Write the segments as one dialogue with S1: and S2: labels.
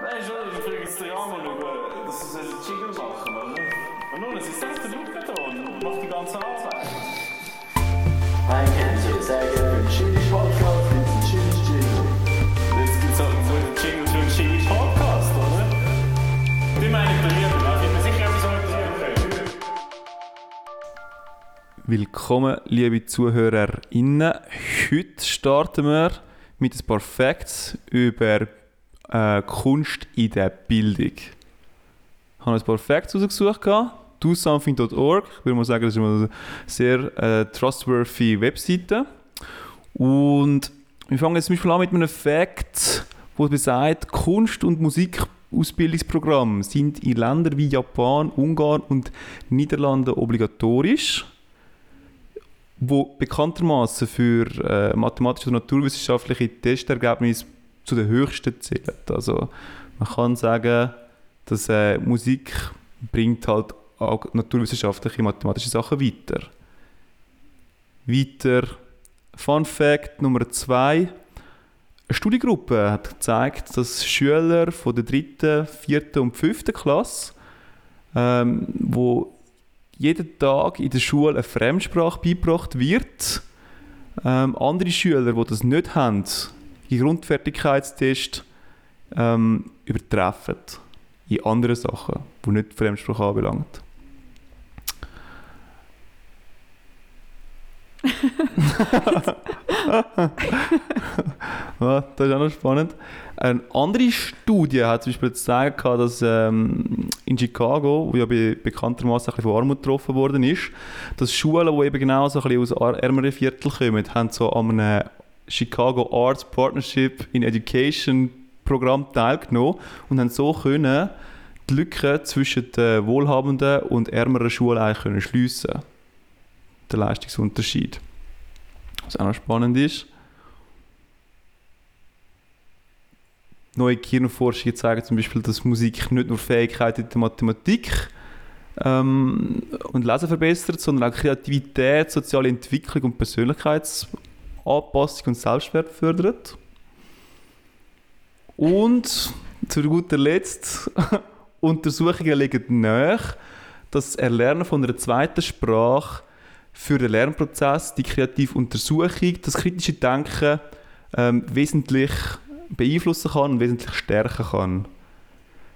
S1: Nein, schon, ich bringe jetzt den Rahmen über. Das ist ein Jingle machen, oder? Und nun, es ist selbst der Luftbeton und macht die ganze Arbeit.
S2: Nein, kennt ihr, sehr gerne. Chili Podcast mit dem Chili Chili.
S1: Jetzt gibt es halt so einen Jingle für einen Jingle Podcast, oder? Die meine ich bei mir, da bin mir sicher, etwas anderes okay.
S3: Willkommen, liebe ZuhörerInnen. Heute starten wir mit ein paar Facts über äh, Kunst in der Bildung. Ich habe ein paar Facts rausgesucht. DoSomething.org. Ich würde mal sagen, das ist immer eine sehr äh, trustworthy Webseite. Und wir fangen jetzt zum Beispiel an mit einem Fact, wo besagt, Kunst- und Musikausbildungsprogramme sind in Ländern wie Japan, Ungarn und Niederlanden obligatorisch wo bekanntermaßen für äh, mathematische und naturwissenschaftliche Testergebnisse zu den höchsten zählen. Also man kann sagen, dass äh, Musik bringt halt auch naturwissenschaftliche, mathematische Sachen weiter. Weiter Fun Fact Nummer zwei: Eine Studiengruppe hat gezeigt, dass Schüler von der dritten, vierten und fünften Klasse, ähm, wo jeden Tag in der Schule eine Fremdsprache beigebracht wird. Ähm, andere Schüler, die das nicht haben, die Grundfertigkeitstest ähm, übertreffen in anderen Sachen, die nicht die Fremdsprache anbelangt. ja, das ist auch noch spannend. Eine andere Studie hat zum Beispiel gezeigt, dass ähm, in Chicago, wo ja be bekanntermaßen ein bisschen von Armut getroffen worden ist, dass Schulen, die eben genau so ein bisschen aus ar- ärmeren Vierteln kommen, haben so an einem Chicago Arts Partnership in Education Programm teilgenommen und haben so können die Lücke zwischen den wohlhabenden und ärmeren Schulen eigentlich können schliessen. Der Leistungsunterschied. Was auch noch spannend ist. Neue Gehirnforschungen zeigen zum Beispiel, dass Musik nicht nur Fähigkeiten in der Mathematik ähm, und Lesen verbessert, sondern auch Kreativität, soziale Entwicklung und Persönlichkeitsanpassung und Selbstwert fördert. Und zu guter Letzt, Untersuchungen legen nach, dass das Erlernen von einer zweiten Sprache für den Lernprozess, die kreative Untersuchung, das kritische Denken ähm, wesentlich beeinflussen kann und wesentlich stärken kann.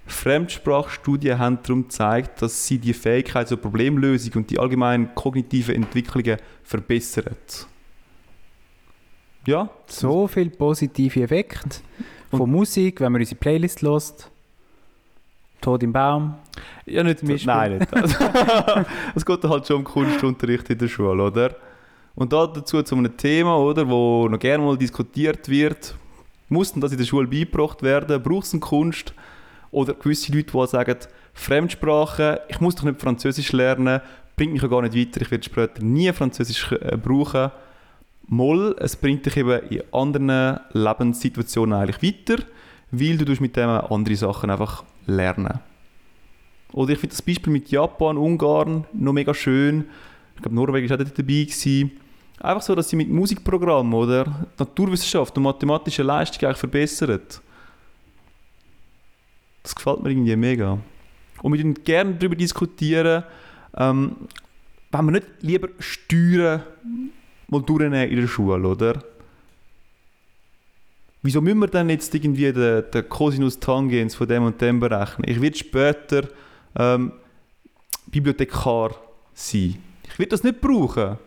S3: Fremdsprachstudien haben darum gezeigt, dass sie die Fähigkeit zur Problemlösung und die allgemeinen kognitiven Entwicklungen verbessern. Ja,
S4: So viel positive Effekte von Musik, wenn man unsere Playlist hört. Tod im Baum.
S3: Ja, nicht
S4: Beispiel.
S3: Nein, nicht das. es geht halt schon um Kunstunterricht in der Schule, oder? Und da dazu zu einem Thema, oder, wo noch gerne mal diskutiert wird, muss denn das in der Schule beigebracht werden? Braucht es eine Kunst? Oder gewisse Leute, die sagen, Fremdsprache, ich muss doch nicht Französisch lernen, bringt mich ja gar nicht weiter, ich werde später nie Französisch äh, brauchen. Moll, es bringt dich eben in anderen Lebenssituationen eigentlich weiter, weil du tust mit dem andere Sachen einfach lernen. Oder ich finde das Beispiel mit Japan, Ungarn noch mega schön. Ich glaube, Norwegen war auch dort dabei. Gewesen. Einfach so, dass sie mit Musikprogrammen oder die Naturwissenschaft und mathematische Leistung eigentlich verbessern. Das gefällt mir irgendwie mega. Und wir würden gerne darüber diskutieren, ähm, wenn wir nicht lieber Steuern mal durchnehmen in der Schule, oder? Wieso müssen wir denn jetzt irgendwie den, den Cosinus Tangens von dem und dem berechnen? Ich werde später ähm, Bibliothekar sein. Ich werde das nicht brauchen.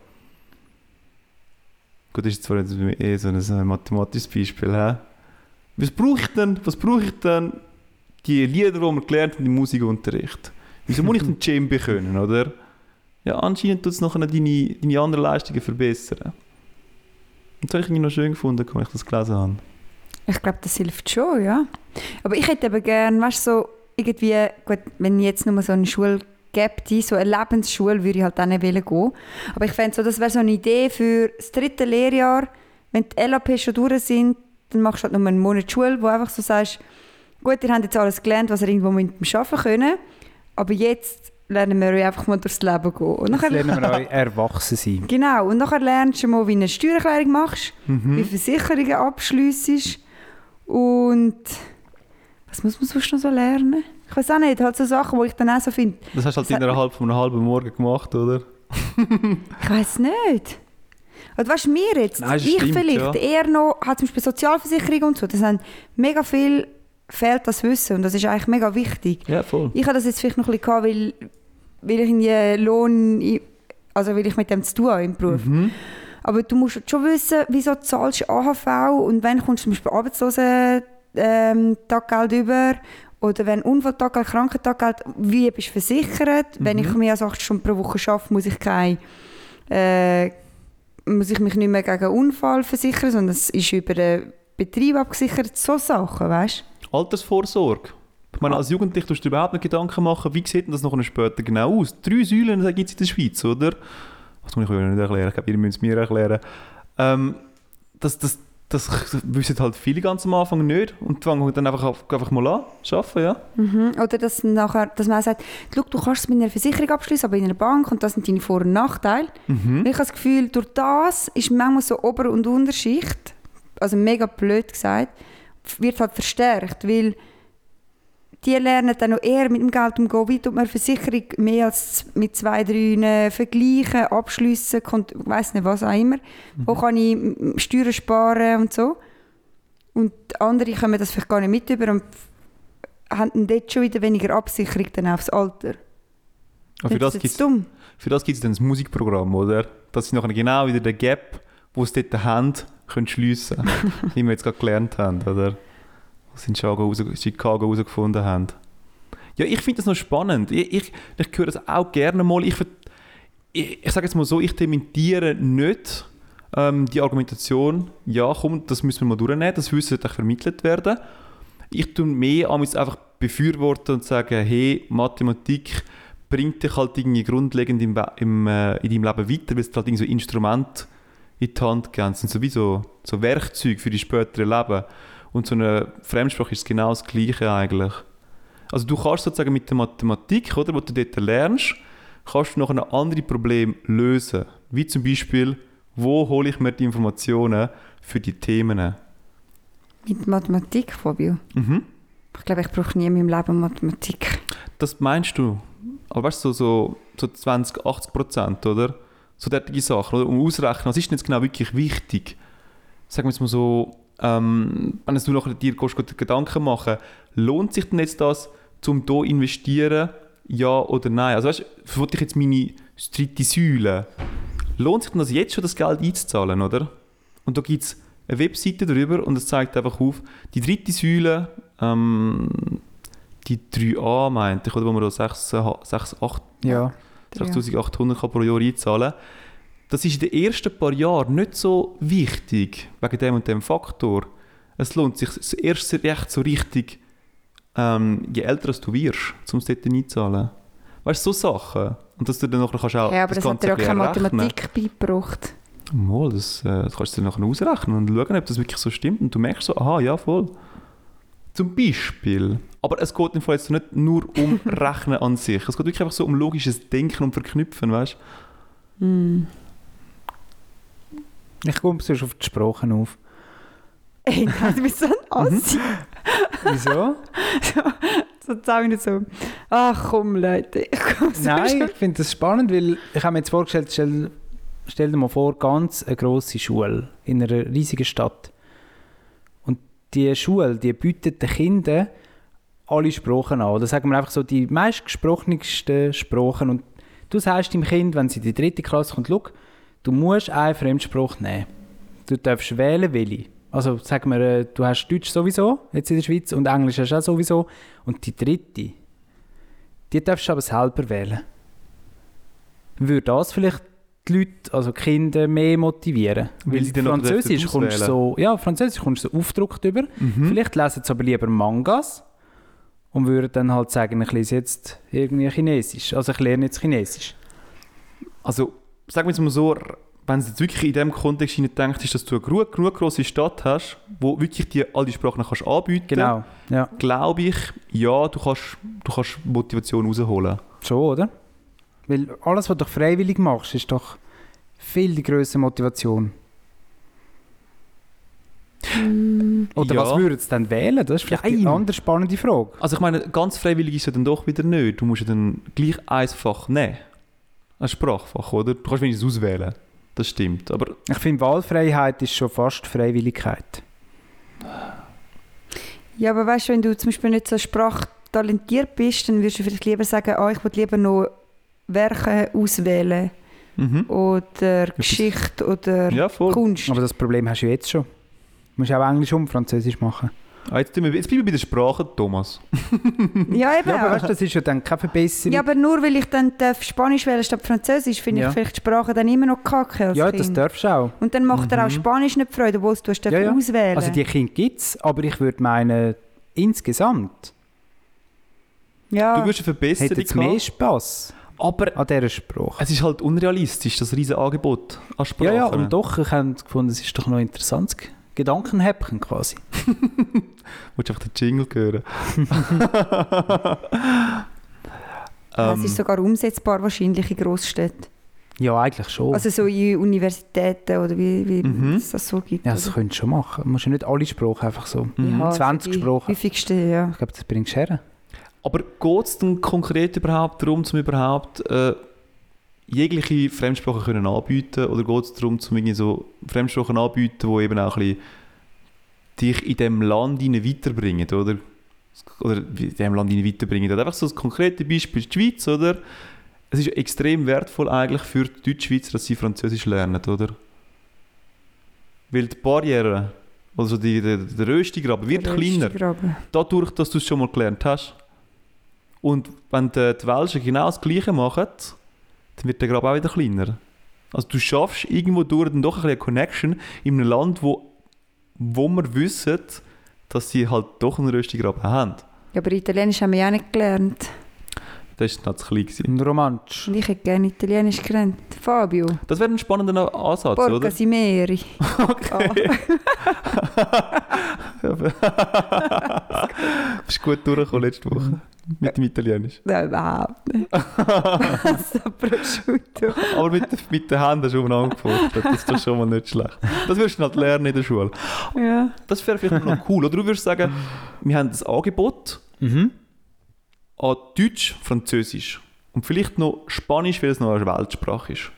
S3: Gut, das ist zwar jetzt eh so ein äh, mathematisches Beispiel. He? Was brauche ich denn? Was brauche ich denn? Die Lieder, die wir gelernt haben im Musikunterricht. Wieso muss ich den Djembe können, oder? Ja, anscheinend tut es nachher deine, deine anderen Leistungen verbessern. Und das habe ich irgendwie noch schön gefunden, als ich das gelesen habe.
S5: Ich glaube, das hilft schon, ja. Aber ich hätte eben gerne, weißt du, so irgendwie, gut, wenn jetzt nur so eine Schule gäbe, so eine Lebensschule, würde ich halt auch nicht wollen gehen. Aber ich fände so, das wäre so eine Idee für das dritte Lehrjahr, wenn die LAP schon durch sind, dann machst du halt nur einen Monat Schule, wo einfach so sagst, gut, ihr habt jetzt alles gelernt, was ihr irgendwo mit dem Arbeiten können, aber jetzt lernen wir euch einfach mal durchs Leben gehen. Und
S4: Jetzt
S5: nachher,
S4: lernen wir euch erwachsen sein.
S5: genau, und nachher lernst du mal, wie du eine Steuererklärung
S3: Mhm.
S5: machst, wie Versicherungen abschliessest und was Was muss man sonst noch so lernen? Ich weiß auch nicht, halt so Sachen, wo ich dann auch so finde,
S3: Das hast du halt
S5: Das hat-
S3: innerhalb von einem halben Morgen gemacht, oder?
S5: ich weiß nicht. Oder weißt du, mir jetzt,
S3: Nein, das
S5: ich
S3: stimmt, ja.
S5: vielleicht, eher noch, hat zum Beispiel Sozialversicherung und so, das haben mega viel, fehlt das Wissen und das ist eigentlich mega wichtig.
S3: Ja, voll.
S5: Ich habe das jetzt vielleicht noch ein bisschen gehabt, weil, weil ich in die Lohn, also weil ich mit dem zu tun habe im Beruf.
S3: Mhm.
S5: Aber du musst schon wissen, wieso zahlst du AHV und wenn kommst du zum Beispiel Arbeitslosen ähm, Taggeld über oder wenn Unfalltaggeld, Krankentaggeld, wie bist du versichert? Wenn ich mehr als 8 Stunden pro Woche arbeite, muss ich kein äh, muss ich mich nicht mehr gegen Unfall versichern, sondern es ist über den Betrieb abgesichert. So Sachen, weißt du?
S3: Altersvorsorge. Ich meine, als Jugendlich musst du dir überhaupt nicht Gedanken machen, wie sieht denn das noch später genau aus? Drei Säulen gibt es in der Schweiz, oder? Das muss ich euch nicht erklären, ich glaube, ihr müsst es mir erklären. Ähm, das, das, das wissen halt viele ganz am Anfang nicht und fangen dann einfach, auf- einfach mal an, arbeiten, ja?
S5: Mhm. Oder dass, nachher, dass man auch sagt, «Schau, du kannst es mit einer Versicherung abschließen, aber in einer Bank und das sind deine Vor- und Nachteile.
S3: Hm?
S5: Und Ich habe das Gefühl, durch das ist manchmal so Ober- und Unterschicht, also mega blöd gesagt, f- wird halt verstärkt, weil die lernen dann noch eher mit dem Geld umgehen, wie tut man eine Versicherung mehr als mit zwei, drei vergleichen, abschliessen, kont- ich weiss nicht was auch immer.
S3: Mhm.
S5: Wo kann ich m, Steuern sparen und so. Und andere kommen das vielleicht gar nicht mit über und f- haben dann dort schon wieder weniger Absicherung dann aufs Alter.
S3: Und für
S5: Ist
S3: das
S5: jetzt
S3: gibt's-
S5: dumm.
S3: für das gibt es dann das Musikprogramm, oder? Dass sie nachher genau wieder den Gap, wo sie dort haben, können schliessen können. wie wir jetzt gerade gelernt haben, oder? Was sie in Chicago, raus, Chicago herausgefunden haben. Ja, ich finde das noch spannend. Ich, ich, ich höre das auch gerne mal. Ich, ver- ich, ich sage jetzt mal so, ich dementiere nicht ähm, die Argumentation, ja komm, das müssen wir mal durchnehmen, das Wissen sollte auch vermittelt werden. Ich tue mehr am jetzt einfach befürworten und sagen, hey, Mathematik bringt dich halt irgendwie grundlegend im, We- im, äh, in deinem Leben weiter, weil es dir halt irgendwie so Instrumente in die Hand geben. Das sind sowieso so Werkzeuge für die spätere Leben. Und so eine Fremdsprache ist genau das Gleiche eigentlich. Also du kannst sozusagen mit der Mathematik, oder, was du dort lernst, kannst du noch ein anderes Problem lösen. Wie zum Beispiel, wo hole ich mir die Informationen für die Themen?
S5: Mit Mathematik, Fabio.
S3: Mhm.
S5: Ich glaube, ich brauche nie in meinem Leben Mathematik.
S3: Das meinst du? Aber weißt du, so, so, so 20, 80 Prozent, oder? So derartige Sachen, oder? Um ausrechnen, was ist denn jetzt genau wirklich wichtig? Sagen wir jetzt mal so, ähm, wenn du nachher dir gehst, gehst, Gedanken machen, lohnt sich denn jetzt das, zum hier investieren, ja oder nein? Also weißt du, verwirrt ich jetzt meine dritte Säule? Lohnt sich denn das jetzt schon, das Geld einzuzahlen, oder? Und da gibt es eine Webseite darüber und es zeigt einfach auf, die dritte Säule, ähm, die 3a meinte ich, oder wo man da äh, 6, 6, 8,
S4: Ja.
S3: 6800 kann pro Jahr einzahlen Das ist in den ersten paar Jahren nicht so wichtig, wegen dem und dem Faktor. Es lohnt sich das erste Recht so richtig, ähm, je älter als du wirst, um es dort einzahlen. Weißt du, so Sachen. Und dass du dann nachher kannst auch
S4: Ah,
S5: Ja, aber das, hat dir auch keine
S4: ne?
S3: errechnen.
S5: Mathematik beigebracht.
S3: Mal, das, äh, das kannst du dir nachher ausrechnen und schauen, ob das wirklich so stimmt. Und du merkst so, aha, ja, voll. Zum Beispiel. Aber es geht im Fall jetzt nicht nur um Rechnen an sich. Es geht wirklich einfach so um logisches Denken und Verknüpfen, weißt du?
S4: Ich komme sonst auf die Sprachen auf.
S5: Ey, nein, du bist so ein
S4: Mhm.
S5: Assi.
S4: Wieso?
S5: So zehn Minuten so. Ach komm, Leute. Ich komm so
S4: Nein,
S5: schon.
S4: ich finde das spannend, weil ich habe mir jetzt vorgestellt, stell, stell dir mal vor, ganz eine grosse Schule in einer riesigen Stadt. Und die Schule, die bietet den Kindern alle Sprachen an. Oder sagen wir einfach so die meistgesprochensten Sprachen. Und du sagst dem Kind, wenn sie in die dritte Klasse kommt, schau, du musst eine Fremdsprache nehmen. Du darfst wählen, welche. Also sagen wir, äh, du hast Deutsch sowieso, jetzt in der Schweiz, und Englisch hast du auch sowieso. Und die dritte, die darfst du aber selber wählen. Würde das vielleicht die Leute, also die Kinder, mehr motivieren?
S3: Weil sie dann noch
S4: Französisch
S3: dürfen
S4: kommst du so, ja, Französisch kommst du so aufgedruckt über.
S3: Mhm.
S4: Vielleicht lesen sie aber lieber Mangas und würden dann halt sagen, ich lese jetzt irgendwie Chinesisch. Also ich lerne jetzt Chinesisch.
S3: Also, sagen wir jetzt mal so, wenn du jetzt wirklich in dem Kontext hinein denkst, ist, dass du eine genug, genug grosse Stadt hast, wo wirklich die, all die Sprachen kannst anbieten kannst,
S4: Genau, ja.
S3: glaube ich, ja, du kannst, du kannst Motivation rausholen.
S4: Schon, oder? Weil alles, was du freiwillig machst, ist doch viel die grösste Motivation. Oder
S3: Ja.
S4: was würden sie dann wählen? Das ist vielleicht
S3: Nein.
S4: eine andere spannende Frage.
S3: Also ich meine, ganz freiwillig ist ja dann doch wieder nicht. Du musst ja dann gleich ein Fach nehmen. Ein Sprachfach, oder? Du kannst wenigstens auswählen. Das stimmt. Aber
S4: Ich finde, Wahlfreiheit ist schon fast Freiwilligkeit.
S5: Ja, aber weißt du, wenn du zum Beispiel nicht so sprachtalentiert bist, dann würdest du vielleicht lieber sagen, ah, ich würde lieber noch Werke auswählen
S3: mhm.
S5: oder Geschichte oder
S3: ja, voll.
S5: Kunst.
S4: Aber das Problem hast du jetzt schon. Du musst auch Englisch und Französisch machen.
S3: Ah, jetzt, tun wir, jetzt bleiben wir bei der Sprache, Thomas.
S5: Ja, eben.
S4: Ja, aber
S5: aber,
S4: weißt, du, das ist ja dann keine Verbesserung.
S5: ja, aber nur weil ich dann darf Spanisch wählen statt Französisch, finde
S4: Ja.
S5: ich vielleicht die Sprache dann immer noch kacke als
S4: ja das
S5: Kind.
S4: darfst du auch.
S5: Und dann macht er auch
S3: Mhm.
S5: Spanisch nicht Freude, obwohl du es
S4: Ja, ja.
S5: auswählen
S4: Also die Kinder gibt es, aber ich würde meinen, insgesamt
S5: ja.
S3: Du wirst eine
S4: hätten
S3: Verbesserung
S4: es Ah. mehr
S3: haben,
S4: Spaß
S3: aber
S4: an dieser Sprache.
S3: es ist halt unrealistisch, das riesige Angebot an Sprachen.
S4: Ja, ja, und doch, ich habe gefunden, es ist doch noch interessant. Gedankenhäppchen quasi.
S3: Willst du einfach den Jingle hören?
S5: Es
S4: Ähm.
S5: ist sogar umsetzbar wahrscheinlich in Großstädten.
S4: Ja, eigentlich schon.
S5: Also so in Universitäten oder wie, wie
S3: Mhm.
S5: es das so gibt.
S4: ja,
S5: oder?
S4: das könntest du schon machen. Du musst ja nicht alle Sprachen einfach so.
S3: Mhm.
S5: Ja, also
S4: 20
S5: die
S4: Sprachen.
S5: Häufigsten, ja.
S4: Ich glaube, das bringst du her.
S3: Aber geht es denn konkret überhaupt darum, zum überhaupt äh, jegliche Fremdsprachen können anbieten oder geht es darum, zum irgendwie so Fremdsprachen anbieten, die eben auch ein bisschen dich in dem Land hinein weiterbringen, oder? Oder wie- in dem Land hinein weiterbringen. Oder einfach so ein konkretes Beispiel ist die Schweiz, oder? Es ist extrem wertvoll eigentlich für die Deutschschweizer, dass sie Französisch lernen, oder? Weil die Barriere, also die, der, der Röstigraben wird
S5: Der
S3: kleiner
S5: Röstigraben.
S3: dadurch, dass du es schon mal gelernt hast. Und wenn die, die Welschen genau das Gleiche machen, dann wird der Grab auch wieder kleiner. Also du schaffst irgendwo durch dann doch ein bisschen eine Connection in einem Land, wo, wo wir wissen, dass sie halt doch einen Röstigrab haben.
S5: Ja, aber Italienisch haben wir ja auch nicht gelernt.
S3: Das war noch zu klein. Gewesen.
S4: Ein Romansch.
S5: Und ich hätte gerne Italienisch gelernt. Fabio,
S3: Das wäre ein spannender Ansatz,
S5: Porca
S3: oder?
S5: Simeri. Okay.
S3: Bist gut durchgekommen letzte Woche mit dem Italienisch.
S5: Nein, überhaupt nicht. Also Prosciutto.
S3: Aber mit, den- mit den Händen schon mal angefochten. Das ist doch schon mal nicht schlecht. Das wirst du halt lernen in der Schule.
S5: Ja.
S3: Das wäre vielleicht noch cool. Oder du würdest sagen, wir haben das Angebot
S4: Mhm.
S3: an Deutsch, Französisch und vielleicht noch Spanisch, weil es noch eine Weltsprache ist.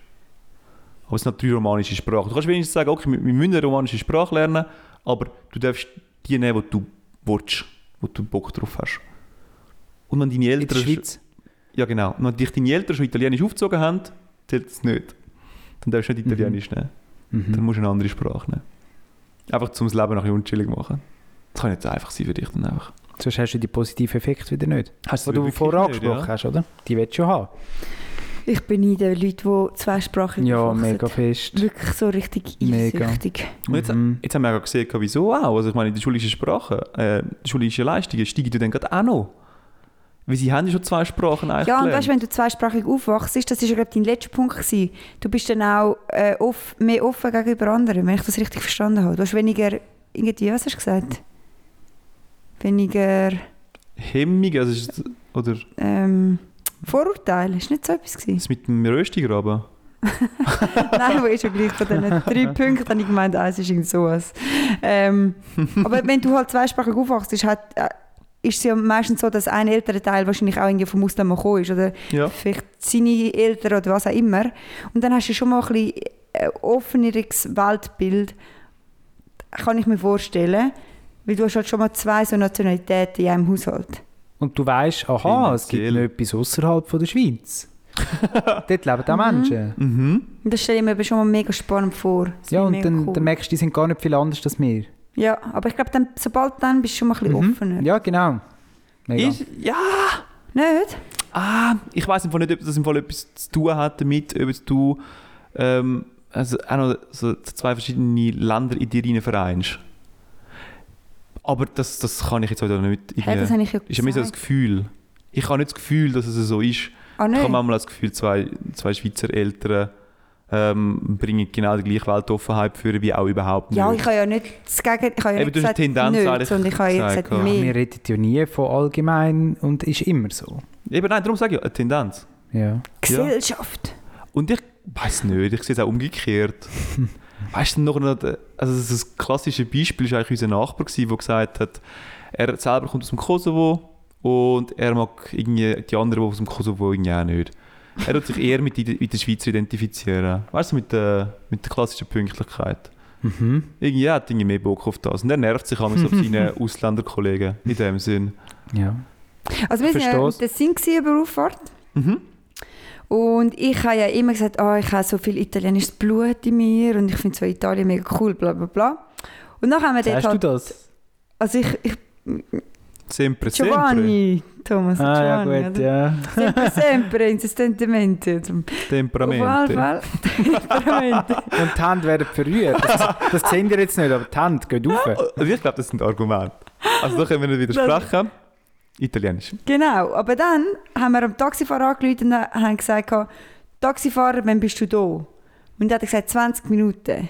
S3: Aber es sind noch drei romanische Sprachen. Du kannst wenigstens sagen, okay, wir wir müssen eine romanische Sprache lernen, aber du darfst die nehmen, die du willst, wo du Bock drauf hast. Und wenn deine
S4: In der
S3: Eltern...
S4: Schweiz.
S3: Ja, genau. Und wenn dich deine Eltern schon Italienisch aufgezogen haben, zählt das nicht. Dann darfst du nicht
S4: Mhm.
S3: Italienisch nehmen. Dann
S4: Mhm.
S3: musst du eine andere Sprache nehmen. Einfach, um das Leben nachher unchillig zu machen. Das kann nicht so einfach sein für dich dann einfach.
S4: Sonst hast du die positiven Effekte wieder nicht.
S3: Hast
S4: Die du vorher angesprochen hast, oder? Die willst du schon haben.
S5: Ich beneide Leute, die zweisprachig
S4: Ja,
S5: aufwachsen.
S4: mega fest.
S5: Wirklich so richtig
S4: Mega.
S5: eifersüchtig.
S3: Und jetzt,
S4: Mhm.
S3: jetzt haben wir ja gesehen, wieso auch. Also ich meine, die schulischen Sprachen, äh, die schulischen Leistungen steigen ja dann gerade auch noch. Weil sie haben ja schon zwei Sprachen eigentlich
S5: Ja, und
S3: gelernt.
S5: weißt du, wenn du zweisprachig aufwachst, das war ja, glaube ich, dein letzter Punkt. Gewesen. Du bist dann auch äh, off, mehr offen gegenüber anderen, wenn ich das richtig verstanden habe. Du hast weniger, irgendwie, was hast du gesagt? Weniger
S3: Hemmig, also ist, oder
S5: ähm, Vorurteile, ist nicht so etwas gewesen?
S3: das mit dem Röstigraben.
S5: Nein, wo ist schon gleich von diesen drei Punkten, habe ich gemeint, eins ist irgend sowas. Ähm, aber wenn du halt zweisprachig aufwachst, ist, halt, äh, ist es ja meistens so, dass ein älterer Teil wahrscheinlich auch irgendwie vom Ausland mal gekommen ist oder
S3: Ja.
S5: vielleicht seine Eltern oder was auch immer. Und dann hast du schon mal ein bisschen ein offeneres Weltbild, kann ich mir vorstellen. Weil du hast halt schon mal zwei so Nationalitäten in einem Haushalt.
S4: Und du weißt, aha, es gibt noch
S3: Finanziell.
S4: etwas außerhalb von der Schweiz. Dort leben auch Menschen.
S3: Mhm.
S5: Und das stelle ich mir eben schon mal mega spannend vor. Das
S4: Ja, und
S5: finde ich mega
S4: dann,
S5: cool.
S4: dann merkst du, die sind gar nicht viel anders als wir.
S5: ja, aber ich glaube, dann, sobald dann bist du schon mal ein bisschen
S4: Mhm.
S5: offener.
S4: Ja, genau. Mega.
S3: Ist, ja,
S5: Nicht?
S3: Ah, ich weiß im Fall nicht, ob das im Fall etwas zu tun hat damit, ob es du ähm, also auch noch so zwei verschiedene Länder in dir rein vereinst. Aber das, das kann ich jetzt heute nicht.
S5: Hä, das
S3: irgendwie-
S5: habe ich ja
S3: Ist ja mehr so das
S5: gesagt.
S3: Gefühl. Ich habe nicht das Gefühl, dass es so ist.
S5: Ah,
S3: Ich habe
S5: nein.
S3: manchmal das Gefühl, zwei, zwei Schweizer Eltern ähm, bringen genau die gleiche Weltoffenheit für wie auch überhaupt nicht.
S5: Ja, ich habe ja nicht das Gegenteil. Ich habe ja
S3: Eben,
S5: nicht
S3: du hast
S5: gesagt,
S3: die Tendenz
S5: nicht,
S3: eigentlich
S5: sondern ich habe ja
S3: gesagt,
S5: gesagt,
S3: ja.
S5: mehr.
S4: Wir reden ja nie von allgemein und ist immer so.
S3: Eben, nein, darum sage ich ja, eine Tendenz.
S4: Ja.
S5: Gesellschaft.
S3: Und ich weiß nicht, ich sehe es auch umgekehrt. weißt du noch, also das, das klassische Beispiel war eigentlich unser Nachbar, gewesen, der gesagt hat, er selber kommt aus dem Kosovo und er mag irgendwie die anderen die aus dem Kosovo irgendwie auch nicht. Er tut sich eher mit, die- mit der Schweiz identifizieren. Weißt du, mit der, mit der klassischen Pünktlichkeit.
S4: Mhm.
S3: Irgendwie er hat irgendwie mehr Bock auf das. Und er nervt sich auch mit so seinen Ausländerkollegen in dem Sinn.
S4: Ja.
S5: Also wir sind ja
S4: Versteh's.
S5: mit der Sinn gewesen über Auffahrt.
S3: Mhm.
S5: Und ich habe ja immer gesagt, oh, ich habe so viel italienisches Blut in mir und ich finde so Italien mega cool, bla bla bla. Und dann haben wir dort
S4: Sagst du
S5: halt,
S4: das?
S5: also ich, ich
S3: Sempre, sempre.
S5: Giovanni, Thomas,
S4: Ah ja,
S5: Giovanni,
S4: gut,
S5: oder?
S4: ja.
S5: Sempre, sempre, insistentemente. Auf jeden
S3: Temperamente.
S5: Fall. Temperamente.
S4: Und die Hände werden verrührt. Das, das sehen wir jetzt nicht, aber die Hände gehen auf.
S3: Also ich glaube, das sind Argumente. Also da können wir nicht widersprechen. Italienisch.
S5: Genau, aber dann haben wir am Taxifahrer angerufen und haben gesagt, Taxifahrer, wann bist du da? Und er hat gesagt, 20 Minuten.